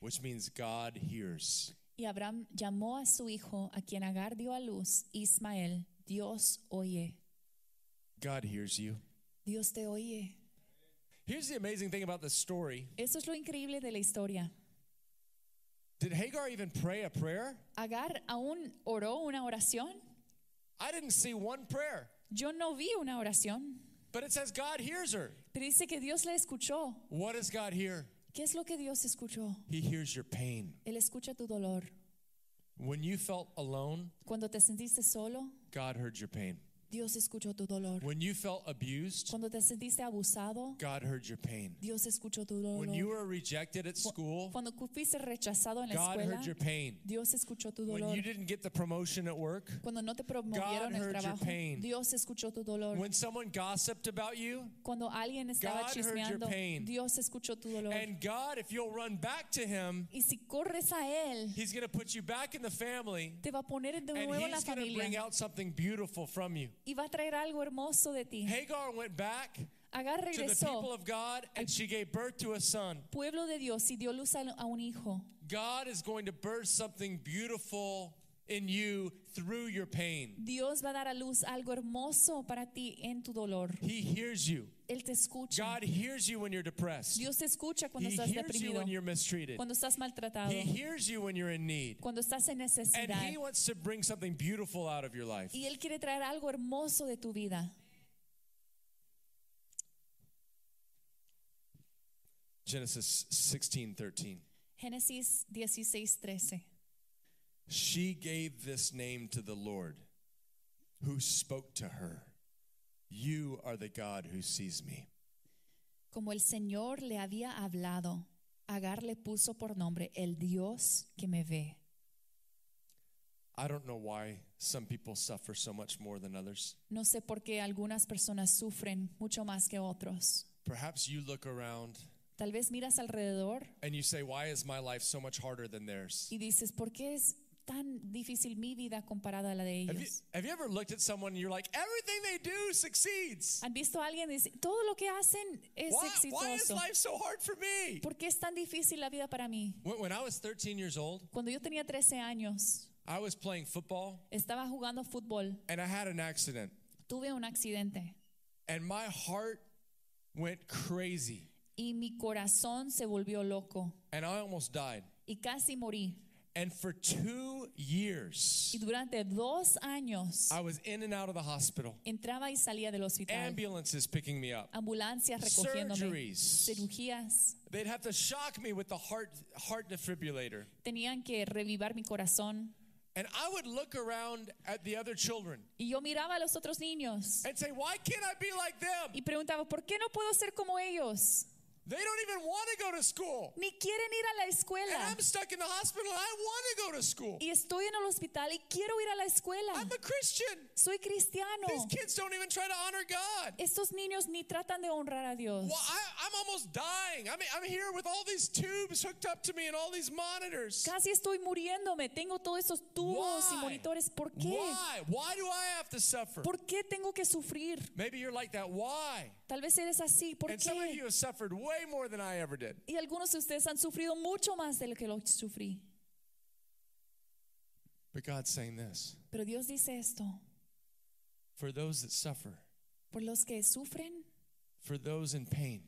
Speaker 1: which means God hears.
Speaker 2: y Abraham llamó a su hijo, a quien Agar dio a luz, Ismael. Dios oye,
Speaker 1: God hears you.
Speaker 2: Dios te oye.
Speaker 1: Here's the amazing thing about this story.
Speaker 2: Eso es lo increíble de la historia.
Speaker 1: Did Hagar even pray a prayer?
Speaker 2: Agar aún oró una oración.
Speaker 1: I didn't see one prayer,
Speaker 2: Yo no vi una oración,
Speaker 1: but it says God hears her.
Speaker 2: pero dice que Dios la escuchó.
Speaker 1: What does God hear?
Speaker 2: ¿Qué es lo que Dios escuchó?
Speaker 1: He hears your pain.
Speaker 2: Él escucha tu dolor.
Speaker 1: When you felt alone,
Speaker 2: Cuando te sentiste solo,
Speaker 1: God heard your pain.
Speaker 2: Dios escuchó tu dolor.
Speaker 1: When you felt abused,
Speaker 2: Cuando te sentiste abusado,
Speaker 1: God heard your pain.
Speaker 2: Dios escuchó tu
Speaker 1: When you
Speaker 2: dolor.
Speaker 1: were rejected at school,
Speaker 2: Cuando cu- fuiste rechazado en la
Speaker 1: God
Speaker 2: escuela,
Speaker 1: heard your pain.
Speaker 2: Dios escuchó tu
Speaker 1: When
Speaker 2: dolor.
Speaker 1: you didn't get the promotion at work,
Speaker 2: Cuando no te promovieron el
Speaker 1: heard your
Speaker 2: trabajo,
Speaker 1: pain.
Speaker 2: Dios escuchó tu dolor.
Speaker 1: when someone gossiped about you,
Speaker 2: Cuando alguien
Speaker 1: God
Speaker 2: estaba
Speaker 1: heard your
Speaker 2: chismeando,
Speaker 1: pain.
Speaker 2: Dios escuchó tu dolor.
Speaker 1: and God, if you'll run back to Him,
Speaker 2: Y si corres a Él,
Speaker 1: He's going to put you back in the family,
Speaker 2: te va a poner de
Speaker 1: and
Speaker 2: nuevo en la
Speaker 1: He's going to bring
Speaker 2: familia
Speaker 1: out something beautiful from you.
Speaker 2: y va a traer algo hermoso de ti.
Speaker 1: Hagar went back
Speaker 2: Agar
Speaker 1: to the people
Speaker 2: regresó
Speaker 1: of God, and she gave birth to a son.
Speaker 2: pueblo de Dios y dio luz a a un hijo.
Speaker 1: God is going to birth something beautiful in you through your pain.
Speaker 2: Dios va a dar a luz algo hermoso para ti en tu dolor.
Speaker 1: He hears you.
Speaker 2: Él te escucha.
Speaker 1: God hears you when you're depressed.
Speaker 2: Dios te escucha cuando
Speaker 1: He
Speaker 2: estás
Speaker 1: hears you
Speaker 2: deprimido,
Speaker 1: when you're mistreated.
Speaker 2: cuando estás maltratado,
Speaker 1: He hears you when you're in need.
Speaker 2: cuando estás en
Speaker 1: And
Speaker 2: necesidad.
Speaker 1: he wants to bring something beautiful out of your life.
Speaker 2: Y Él quiere traer algo hermoso de tu vida.
Speaker 1: Genesis 16, 13.
Speaker 2: Génesis 16, 13.
Speaker 1: She gave this name to the Lord, who spoke to her. You are the God who sees me.
Speaker 2: Como el Señor le había hablado, Agar le puso por nombre el Dios que me ve.
Speaker 1: I don't know why some people suffer so much more than others.
Speaker 2: No sé por qué algunas personas sufren mucho más que otros.
Speaker 1: Perhaps you look around
Speaker 2: Tal vez miras alrededor
Speaker 1: and you say, Why is my life so much harder than theirs?
Speaker 2: y dices, ¿por qué es tan difícil mi vida comparada a la de
Speaker 1: Have you,
Speaker 2: ellos.
Speaker 1: have you ever looked at someone and you're like, everything they do succeeds?
Speaker 2: ¿Han visto a alguien y dice, todo lo que hacen es
Speaker 1: Why, why is
Speaker 2: exitoso?
Speaker 1: life so hard for me?
Speaker 2: ¿Por qué es tan difícil la vida para mí?
Speaker 1: When, when I was 13 years old,
Speaker 2: Cuando yo tenía 13 años,
Speaker 1: I was playing football
Speaker 2: estaba jugando fútbol,
Speaker 1: and I had an accident,
Speaker 2: tuve un accidente
Speaker 1: and my heart went crazy,
Speaker 2: y mi corazón se volvió loco
Speaker 1: and I almost died.
Speaker 2: y casi morí.
Speaker 1: And for two years,
Speaker 2: Y durante dos años
Speaker 1: I was in and out of the hospital,
Speaker 2: entraba y salía del hospital,
Speaker 1: ambulances picking me up,
Speaker 2: ambulancias recogiéndome,
Speaker 1: surgeries.
Speaker 2: cirugías.
Speaker 1: They'd have to shock me with the heart heart defibrillator.
Speaker 2: Tenían que revivar mi corazón.
Speaker 1: And I would look around at the other children
Speaker 2: Y yo miraba a los otros niños
Speaker 1: and say, "Why can't I be like them?
Speaker 2: y preguntaba, ¿por qué no puedo ser como ellos?
Speaker 1: They don't even want to go to school."
Speaker 2: Ni quieren ir a la
Speaker 1: And
Speaker 2: escuela.
Speaker 1: I'm stuck in the hospital and I want to go to school.
Speaker 2: Y estoy en el hospital y quiero ir a la escuela.
Speaker 1: I'm a Christian.
Speaker 2: Soy cristiano.
Speaker 1: These kids don't even try to honor God.
Speaker 2: Estos niños ni tratan de honrar a Dios.
Speaker 1: Well, I, I'm almost dying. I'm, I'm here with all these tubes hooked up to me and all these monitors.
Speaker 2: Casi estoy muriéndome. Tengo todos esos tubos y
Speaker 1: Why?
Speaker 2: monitores. ¿Por qué?
Speaker 1: Why? Why do I have to suffer?
Speaker 2: ¿Por qué tengo que sufrir?
Speaker 1: Maybe you're like that. Why?
Speaker 2: Tal vez eres así. ¿Por
Speaker 1: And some of
Speaker 2: qué?
Speaker 1: you have suffered way more than I ever did.
Speaker 2: Y algunos de ustedes han sufrido mucho más de lo que lo sufrí.
Speaker 1: But God's saying this
Speaker 2: Pero Dios dice esto.
Speaker 1: for those that suffer,
Speaker 2: Por los que sufren,
Speaker 1: for those in pain,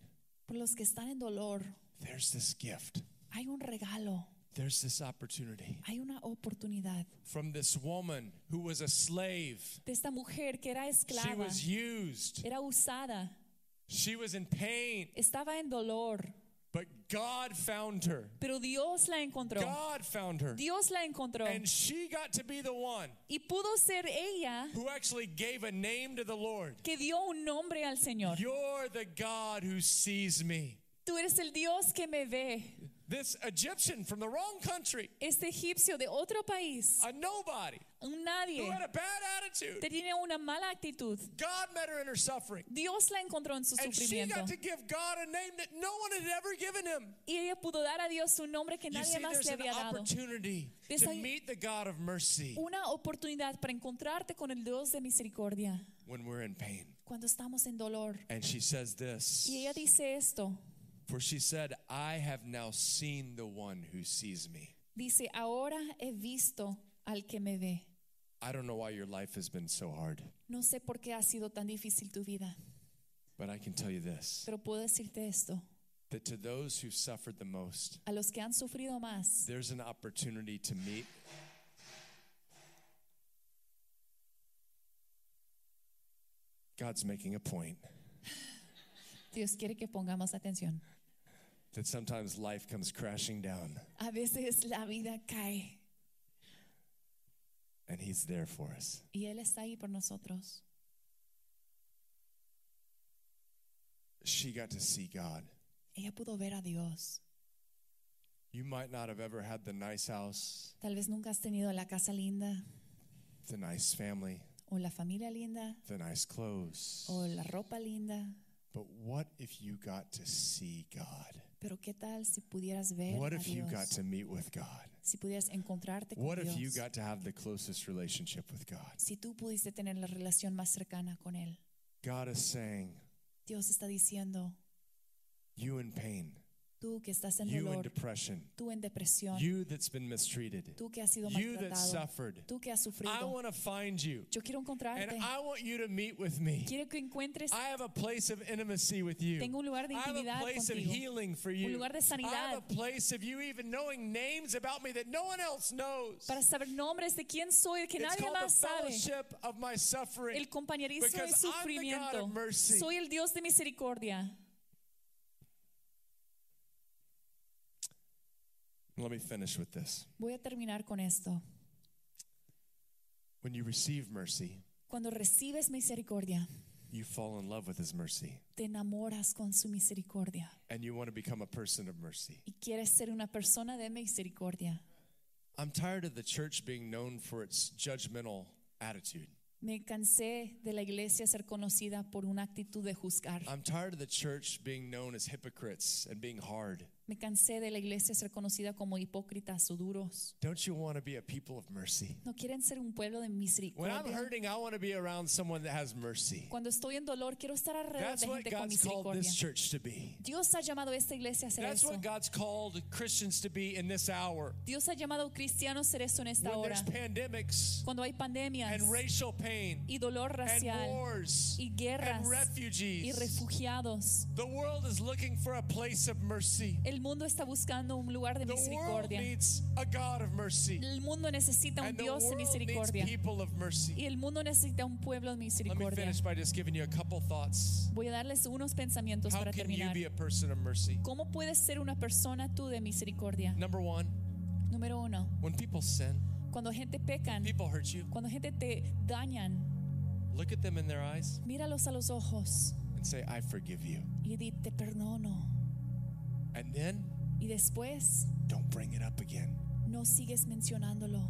Speaker 2: por los que están en dolor,
Speaker 1: there's this gift,
Speaker 2: hay un regalo,
Speaker 1: there's this opportunity.
Speaker 2: hay una oportunidad.
Speaker 1: From this woman who was a slave,
Speaker 2: De esta mujer que era
Speaker 1: she
Speaker 2: esclava,
Speaker 1: was used,
Speaker 2: era usada,
Speaker 1: she was in pain,
Speaker 2: estaba en dolor,
Speaker 1: but God found her.
Speaker 2: pero Dios la encontró.
Speaker 1: God found her.
Speaker 2: Dios la encontró.
Speaker 1: And she got to be the one
Speaker 2: Y pudo ser ella
Speaker 1: who actually gave a name to the Lord.
Speaker 2: que dio un nombre al Señor.
Speaker 1: You're the God who sees me.
Speaker 2: Tú eres el Dios que me ve.
Speaker 1: This Egyptian from the wrong country,
Speaker 2: Este egipcio de otro país,
Speaker 1: a nobody,
Speaker 2: un
Speaker 1: who
Speaker 2: nadie,
Speaker 1: had a bad attitude.
Speaker 2: tenía una mala actitud.
Speaker 1: God met her in her suffering.
Speaker 2: Dios la encontró en su
Speaker 1: And she
Speaker 2: sufrimiento.
Speaker 1: got to give God a name that no one had ever given him.
Speaker 2: Y ella pudo dar a Dios un nombre que
Speaker 1: You see,
Speaker 2: nadie más
Speaker 1: there's
Speaker 2: le
Speaker 1: an
Speaker 2: había dado.
Speaker 1: opportunity
Speaker 2: There's
Speaker 1: to
Speaker 2: a-
Speaker 1: meet the God of mercy
Speaker 2: Una oportunidad para encontrarte con el Dios de misericordia
Speaker 1: when we're in pain.
Speaker 2: cuando estamos en dolor.
Speaker 1: And she says this
Speaker 2: Y ella dice esto.
Speaker 1: For she said, I have now seen the one who sees me.
Speaker 2: Dice, ahora he visto al que me ve.
Speaker 1: I don't know why your life has been so hard,
Speaker 2: No sé por qué ha sido tan difícil tu vida,
Speaker 1: but I can tell you this
Speaker 2: pero puedo decirte esto.
Speaker 1: that to those who've suffered the most,
Speaker 2: A los que han sufrido más,
Speaker 1: there's an opportunity to meet. God's making a point
Speaker 2: Dios quiere que pongamos atención.
Speaker 1: that sometimes life comes crashing down,
Speaker 2: A veces la vida cae
Speaker 1: and He's there for us.
Speaker 2: y Él está ahí por nosotros.
Speaker 1: She got to see God.
Speaker 2: Ella pudo ver a Dios.
Speaker 1: You might not have ever had the nice house,
Speaker 2: Tal vez nunca has tenido la casa linda
Speaker 1: the nice family,
Speaker 2: o la familia linda
Speaker 1: the nice clothes.
Speaker 2: o la ropa linda,
Speaker 1: But what if you got to see God?
Speaker 2: pero ¿qué tal si pudieras ver
Speaker 1: What
Speaker 2: a
Speaker 1: if you
Speaker 2: Dios?
Speaker 1: got to meet with God?
Speaker 2: Si pudieras encontrarte con
Speaker 1: What if
Speaker 2: Dios.
Speaker 1: you got to have the closest relationship with God?
Speaker 2: si tú pudiste tener la relación más cercana con Él.
Speaker 1: God is saying,
Speaker 2: Dios está diciendo,
Speaker 1: you in pain,
Speaker 2: tú que estás en
Speaker 1: you in
Speaker 2: dolor,
Speaker 1: depression,
Speaker 2: tú en depresión,
Speaker 1: you that's been mistreated,
Speaker 2: tú que has sido
Speaker 1: you that
Speaker 2: maltratado,
Speaker 1: suffered.
Speaker 2: tú que has
Speaker 1: I
Speaker 2: sufrido.
Speaker 1: want to find you
Speaker 2: Yo quiero
Speaker 1: and
Speaker 2: encontrarte.
Speaker 1: I want you to meet with me.
Speaker 2: Quiero que encuentres
Speaker 1: I have a place of intimacy with you.
Speaker 2: Tengo un lugar de
Speaker 1: I have
Speaker 2: intimidad
Speaker 1: a place of
Speaker 2: contigo.
Speaker 1: healing for you.
Speaker 2: lugar de
Speaker 1: I
Speaker 2: sanidad.
Speaker 1: have a place of you even knowing names about me that no one else knows.
Speaker 2: para saber nombres de quién soy, que
Speaker 1: it's
Speaker 2: nadie
Speaker 1: called
Speaker 2: más
Speaker 1: the
Speaker 2: sabe.
Speaker 1: fellowship of my suffering.
Speaker 2: El compañerismo de
Speaker 1: Because I'm the God
Speaker 2: sufrimiento.
Speaker 1: of mercy.
Speaker 2: Soy el Dios de misericordia.
Speaker 1: Let me finish with this.
Speaker 2: Voy a terminar con esto.
Speaker 1: When you receive mercy,
Speaker 2: Cuando recibes misericordia,
Speaker 1: you fall in love with his mercy
Speaker 2: te enamoras con su misericordia
Speaker 1: and you want to become a person of mercy.
Speaker 2: y quieres ser una persona de misericordia.
Speaker 1: I'm tired of the church being known for its judgmental attitude.
Speaker 2: Me cansé de la iglesia ser conocida por una actitud de juzgar.
Speaker 1: I'm tired of the church being known as hypocrites and being hard.
Speaker 2: Me cansé de la iglesia ser conocida como hipócritas o duros.
Speaker 1: Don't you want to be a people of mercy?
Speaker 2: No quieren ser un pueblo de
Speaker 1: When I'm
Speaker 2: misericordia.
Speaker 1: hurting, I want to be around someone that has mercy.
Speaker 2: Cuando estoy en dolor, quiero estar alrededor
Speaker 1: That's
Speaker 2: de
Speaker 1: what
Speaker 2: gente con
Speaker 1: God's called
Speaker 2: misericordia.
Speaker 1: this church to be.
Speaker 2: Dios ha llamado a esta iglesia a ser
Speaker 1: That's
Speaker 2: eso.
Speaker 1: what God's called Christians to be in this hour.
Speaker 2: Dios ha llamado a cristianos a ser eso en esta
Speaker 1: When
Speaker 2: hora.
Speaker 1: there's pandemics
Speaker 2: Cuando hay pandemias
Speaker 1: and racial pain
Speaker 2: y dolor
Speaker 1: and
Speaker 2: racial
Speaker 1: wars
Speaker 2: y
Speaker 1: and
Speaker 2: guerras y
Speaker 1: refugees,
Speaker 2: refugiados,
Speaker 1: the world is looking for a place of mercy.
Speaker 2: el mundo está buscando un lugar de
Speaker 1: The world
Speaker 2: misericordia.
Speaker 1: needs a God of mercy.
Speaker 2: El mundo necesita un
Speaker 1: And the
Speaker 2: Dios de
Speaker 1: world needs
Speaker 2: misericordia.
Speaker 1: people of mercy.
Speaker 2: Y el mundo necesita un pueblo de
Speaker 1: Let me
Speaker 2: misericordia.
Speaker 1: finish by just giving you a couple thoughts.
Speaker 2: Voy a darles unos pensamientos
Speaker 1: How
Speaker 2: para
Speaker 1: can you
Speaker 2: terminar.
Speaker 1: be a person of mercy?
Speaker 2: ¿Cómo puedes ser una persona tú de misericordia?
Speaker 1: Number one,
Speaker 2: Número uno,
Speaker 1: when people sin,
Speaker 2: cuando gente pecan,
Speaker 1: people hurt you.
Speaker 2: cuando gente te dañan,
Speaker 1: Look at them in their eyes
Speaker 2: míralos a los ojos
Speaker 1: and say, I forgive you.
Speaker 2: y di, te perdono.
Speaker 1: And then
Speaker 2: Y después
Speaker 1: don't bring it up again.
Speaker 2: no sigues mencionándolo.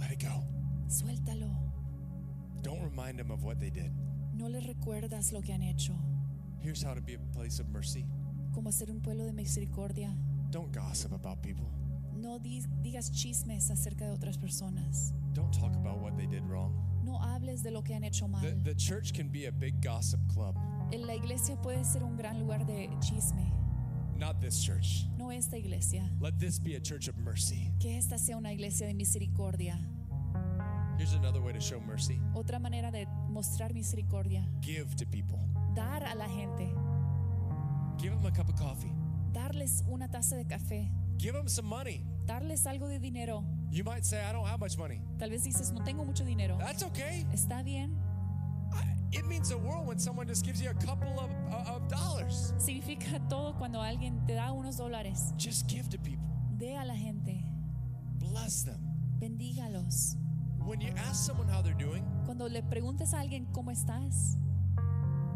Speaker 1: Let it go.
Speaker 2: Suéltalo.
Speaker 1: Don't remind them of what they did.
Speaker 2: No les recuerdas lo que han hecho.
Speaker 1: Here's how to be a place of mercy.
Speaker 2: Como ser un pueblo de misericordia.
Speaker 1: Don't gossip about people.
Speaker 2: No di- digas chismes acerca de otras personas.
Speaker 1: Don't talk about what they did wrong.
Speaker 2: No hables de lo que han hecho
Speaker 1: The,
Speaker 2: mal.
Speaker 1: the church can be a big gossip club.
Speaker 2: En La iglesia puede ser un gran lugar de chisme.
Speaker 1: Not this church.
Speaker 2: No esta iglesia.
Speaker 1: Let this be a church of mercy.
Speaker 2: Que esta sea una iglesia de misericordia.
Speaker 1: Here's another way to show mercy
Speaker 2: Otra manera de mostrar misericordia.
Speaker 1: give to people.
Speaker 2: Dar a la gente.
Speaker 1: Give them a cup of coffee,
Speaker 2: Darles una taza de café.
Speaker 1: give them some money.
Speaker 2: Darles algo de dinero.
Speaker 1: You might say, I don't have much money.
Speaker 2: Tal vez dices, no tengo mucho dinero.
Speaker 1: That's okay.
Speaker 2: Está bien.
Speaker 1: I, it means the world when someone just gives you a couple of, uh, of dollars.
Speaker 2: Significa todo cuando alguien te da unos dólares.
Speaker 1: Just give to people,
Speaker 2: Dé a la gente.
Speaker 1: bless them.
Speaker 2: Bendígalos.
Speaker 1: When you ask someone how they're doing,
Speaker 2: Cuando le preguntes a alguien cómo estás,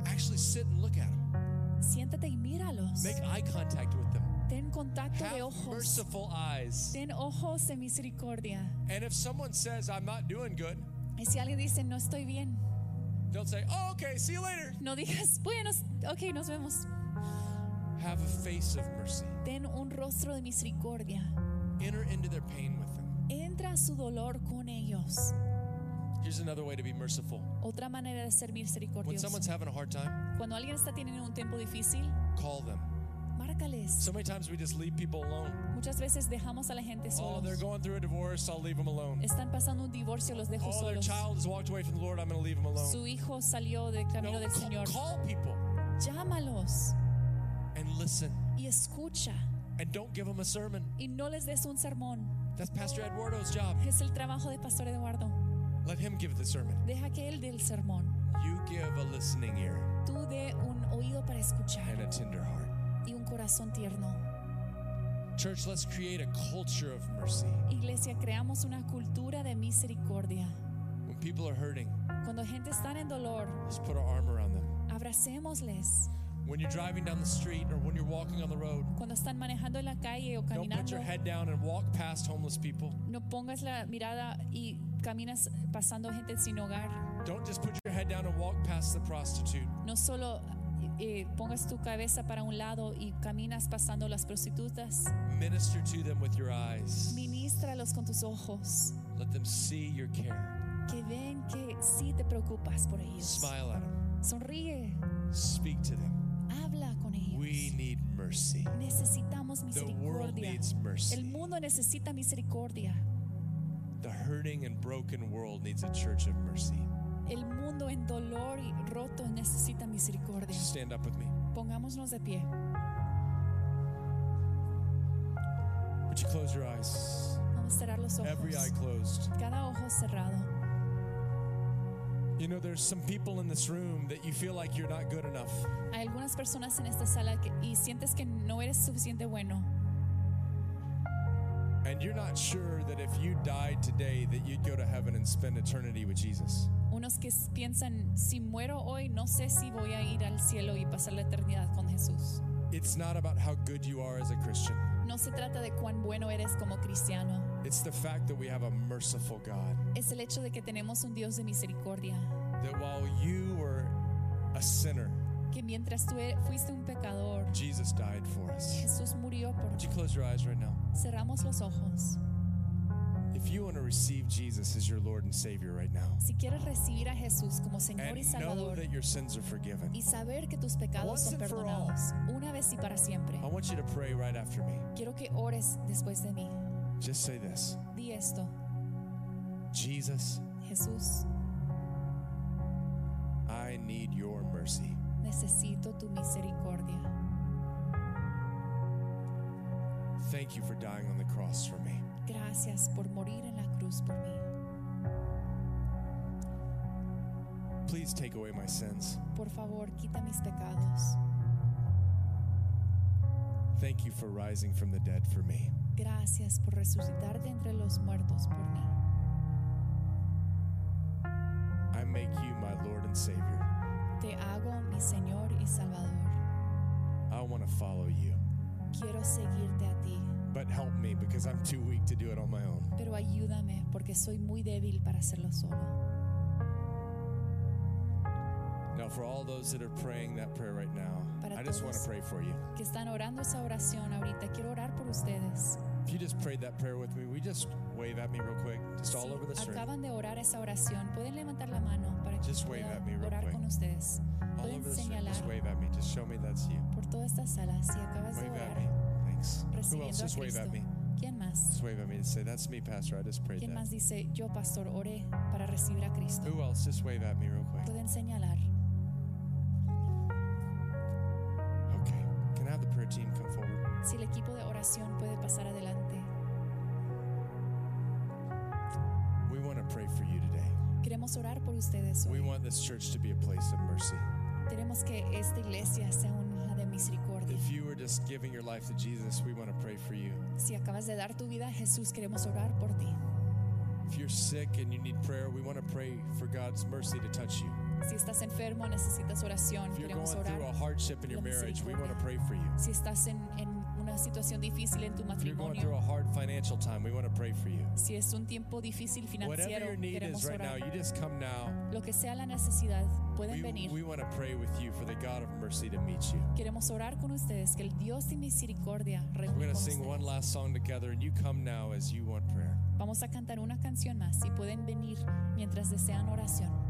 Speaker 1: actually sit and look at them,
Speaker 2: siéntate y míralos.
Speaker 1: make eye contact with them.
Speaker 2: Ten contacto de
Speaker 1: Have
Speaker 2: ojos.
Speaker 1: merciful eyes.
Speaker 2: Ten ojos de misericordia.
Speaker 1: And if someone says, I'm not doing good,
Speaker 2: Y si alguien dice, no estoy bien,
Speaker 1: don't say, Oh, okay, see you later.
Speaker 2: no digas, bueno, ok, nos vemos.
Speaker 1: Have a face of mercy.
Speaker 2: Ten un rostro de misericordia.
Speaker 1: Enter into their pain with them.
Speaker 2: Entra a su dolor con ellos.
Speaker 1: Here's another way to be merciful.
Speaker 2: Otra manera de ser
Speaker 1: When
Speaker 2: misericordioso.
Speaker 1: someone's having a hard time,
Speaker 2: Cuando alguien está teniendo un tiempo difícil,
Speaker 1: call them.
Speaker 2: márcales.
Speaker 1: So many times we just leave people alone.
Speaker 2: Muchas veces dejamos a la gente
Speaker 1: Oh, they're
Speaker 2: solos.
Speaker 1: going through a divorce, I'll leave them alone.
Speaker 2: Están pasando un divorcio, los dejo
Speaker 1: Oh, their
Speaker 2: solos.
Speaker 1: child has walked away from the Lord, I'm going to leave them alone.
Speaker 2: Su hijo salió del camino
Speaker 1: No,
Speaker 2: del
Speaker 1: call,
Speaker 2: Señor.
Speaker 1: call people
Speaker 2: Llámalos
Speaker 1: and listen
Speaker 2: y escucha.
Speaker 1: and don't give them a sermon.
Speaker 2: Y no les des un sermón.
Speaker 1: That's Pastor Eduardo's job.
Speaker 2: Es el trabajo de Pastor Eduardo.
Speaker 1: Let him give the sermon.
Speaker 2: Deja que él dé el sermón.
Speaker 1: You give a listening ear
Speaker 2: Tú dé un oído para
Speaker 1: and
Speaker 2: escuchar
Speaker 1: a tender heart.
Speaker 2: y un corazón tierno.
Speaker 1: Church, let's create a culture of mercy.
Speaker 2: Iglesia, creamos una cultura de misericordia.
Speaker 1: When people are hurting,
Speaker 2: Cuando gente está en dolor,
Speaker 1: let's put our arm around them.
Speaker 2: abracémosles.
Speaker 1: When you're driving down the street or when you're walking on the road,
Speaker 2: Cuando están manejando en la calle o
Speaker 1: don't put
Speaker 2: caminando,
Speaker 1: your head down and walk past homeless people.
Speaker 2: no pongas la mirada y caminas pasando gente sin hogar.
Speaker 1: Don't just put your head down and walk past the prostitute.
Speaker 2: No solo eh, pongas tu cabeza para un lado y caminas pasando las prostitutas.
Speaker 1: Minister to them with your eyes.
Speaker 2: Ministralos con tus ojos.
Speaker 1: Let them see your care.
Speaker 2: Que ven que sí te preocupas por ellos.
Speaker 1: Smile at them.
Speaker 2: Sonríe.
Speaker 1: Speak to them.
Speaker 2: Habla con ellos.
Speaker 1: We need mercy.
Speaker 2: Necesitamos
Speaker 1: The world
Speaker 2: misericordia.
Speaker 1: needs
Speaker 2: El
Speaker 1: mercy.
Speaker 2: mundo necesita misericordia.
Speaker 1: The hurting and broken world needs a church of mercy.
Speaker 2: El mundo en dolor y roto necesita misericordia.
Speaker 1: Stand up with me.
Speaker 2: Pongámonos de pie.
Speaker 1: Would you close your eyes?
Speaker 2: Vamos a cerrar los
Speaker 1: Every eye
Speaker 2: ojos.
Speaker 1: closed.
Speaker 2: Cada ojo cerrado.
Speaker 1: You know, there's some people in this room that you feel like you're not good enough.
Speaker 2: Hay algunas personas en esta sala que, y sientes que no eres suficiente bueno.
Speaker 1: And you're not sure that if you died today that you'd go to heaven and spend eternity with Jesus.
Speaker 2: Unos que s- piensan, si muero hoy, no sé si voy a ir al cielo y pasar la eternidad con Jesús.
Speaker 1: It's not about how good you are as a Christian.
Speaker 2: No se trata de cuán bueno eres como cristiano.
Speaker 1: It's the fact that we have a merciful God.
Speaker 2: Es el hecho de que tenemos un Dios de misericordia.
Speaker 1: That while you were a sinner,
Speaker 2: que mientras tú e- fuiste un pecador,
Speaker 1: Jesus died for us.
Speaker 2: Jesús murió por
Speaker 1: Would
Speaker 2: ti.
Speaker 1: you close your eyes right now?
Speaker 2: Cerramos los ojos.
Speaker 1: If you want to receive Jesus as your Lord and Savior right now,
Speaker 2: Si quieres recibir a Jesús como Señor
Speaker 1: and
Speaker 2: y
Speaker 1: know
Speaker 2: Salvador
Speaker 1: that your sins are forgiven,
Speaker 2: y saber que tus pecados
Speaker 1: Once
Speaker 2: son
Speaker 1: and for
Speaker 2: perdonados una vez y para siempre,
Speaker 1: I want you to pray right after me.
Speaker 2: quiero que ores después de mí.
Speaker 1: Just say this
Speaker 2: Di esto,
Speaker 1: Jesus,
Speaker 2: Jesús,
Speaker 1: I need your mercy.
Speaker 2: necesito tu misericordia.
Speaker 1: Thank you for dying on the cross for me.
Speaker 2: Gracias por morir en la cruz por mí.
Speaker 1: Please take away my sins.
Speaker 2: Por favor, quita mis pecados.
Speaker 1: Thank you for rising from the dead for me.
Speaker 2: Gracias por resucitar de entre los muertos por mí.
Speaker 1: I make you my Lord and Savior.
Speaker 2: Te hago mi Señor y Salvador.
Speaker 1: I want to follow you.
Speaker 2: Quiero seguirte a ti,
Speaker 1: But help me because I'm too weak to do it on my own.
Speaker 2: pero ayúdame porque soy muy débil para hacerlo solo.
Speaker 1: Now, for all those that are praying that prayer right now,
Speaker 2: Para
Speaker 1: I just want to
Speaker 2: todos.
Speaker 1: pray for you.
Speaker 2: Que están orando esa oración ahorita, quiero orar por ustedes.
Speaker 1: If you just prayed that prayer with me, we just wave at me real quick, just all
Speaker 2: Si
Speaker 1: over this room.
Speaker 2: acaban de orar esa oración, pueden levantar la mano para que
Speaker 1: Just
Speaker 2: yo
Speaker 1: wave
Speaker 2: pueda
Speaker 1: at me real
Speaker 2: orar
Speaker 1: quick.
Speaker 2: con ustedes.
Speaker 1: All
Speaker 2: Pueden
Speaker 1: over this room,
Speaker 2: señalar
Speaker 1: just wave at me. Just show me that's you.
Speaker 2: por toda esta sala si acabas de
Speaker 1: Wave at me.
Speaker 2: orar
Speaker 1: Thanks. Who
Speaker 2: recibiendo
Speaker 1: else?
Speaker 2: a
Speaker 1: Just wave
Speaker 2: Cristo.
Speaker 1: at me.
Speaker 2: ¿Quién más?
Speaker 1: Just wave at me and say, That's me, Pastor. I just prayed
Speaker 2: ¿Quién
Speaker 1: that.
Speaker 2: más dice, yo pastor oré para recibir a Cristo?
Speaker 1: Who else? Just wave at me real quick.
Speaker 2: Pueden señalar.
Speaker 1: Okay. Can I have the prayer team come forward?
Speaker 2: Si el equipo de oración puede pasar adelante.
Speaker 1: We want to pray for you today.
Speaker 2: Queremos orar por ustedes
Speaker 1: We
Speaker 2: hoy.
Speaker 1: want this church to be a place of mercy.
Speaker 2: Queremos que esta iglesia sea una de misericordia.
Speaker 1: If you were just giving your life to Jesus, we want to pray for you.
Speaker 2: Si acabas de dar tu vida a Jesús, queremos orar por ti.
Speaker 1: If you're sick and you need prayer, we want to pray for God's mercy to touch you.
Speaker 2: Si estás enfermo, necesitas oración,
Speaker 1: If you're
Speaker 2: queremos
Speaker 1: going through a
Speaker 2: orar.
Speaker 1: hardship in your
Speaker 2: La
Speaker 1: marriage, we
Speaker 2: misericordia.
Speaker 1: want to pray for you.
Speaker 2: Si estás en, en una situación difícil en tu
Speaker 1: If you're going through
Speaker 2: matrimonio,
Speaker 1: a hard financial time, we want to pray for you.
Speaker 2: si es un tiempo difícil
Speaker 1: Whatever
Speaker 2: financiero,
Speaker 1: your need
Speaker 2: queremos
Speaker 1: is right now,
Speaker 2: orar.
Speaker 1: you just come now.
Speaker 2: Lo que sea la necesidad,
Speaker 1: We,
Speaker 2: pueden
Speaker 1: we
Speaker 2: venir.
Speaker 1: want to pray with you for the God of mercy to meet you.
Speaker 2: Queremos orar con ustedes, que el Dios de misericordia
Speaker 1: We're
Speaker 2: reúna
Speaker 1: going
Speaker 2: con
Speaker 1: to sing one
Speaker 2: ustedes.
Speaker 1: last song together, and you come now as you want prayer.
Speaker 2: Vamos a cantar una canción más y pueden venir mientras desean oración.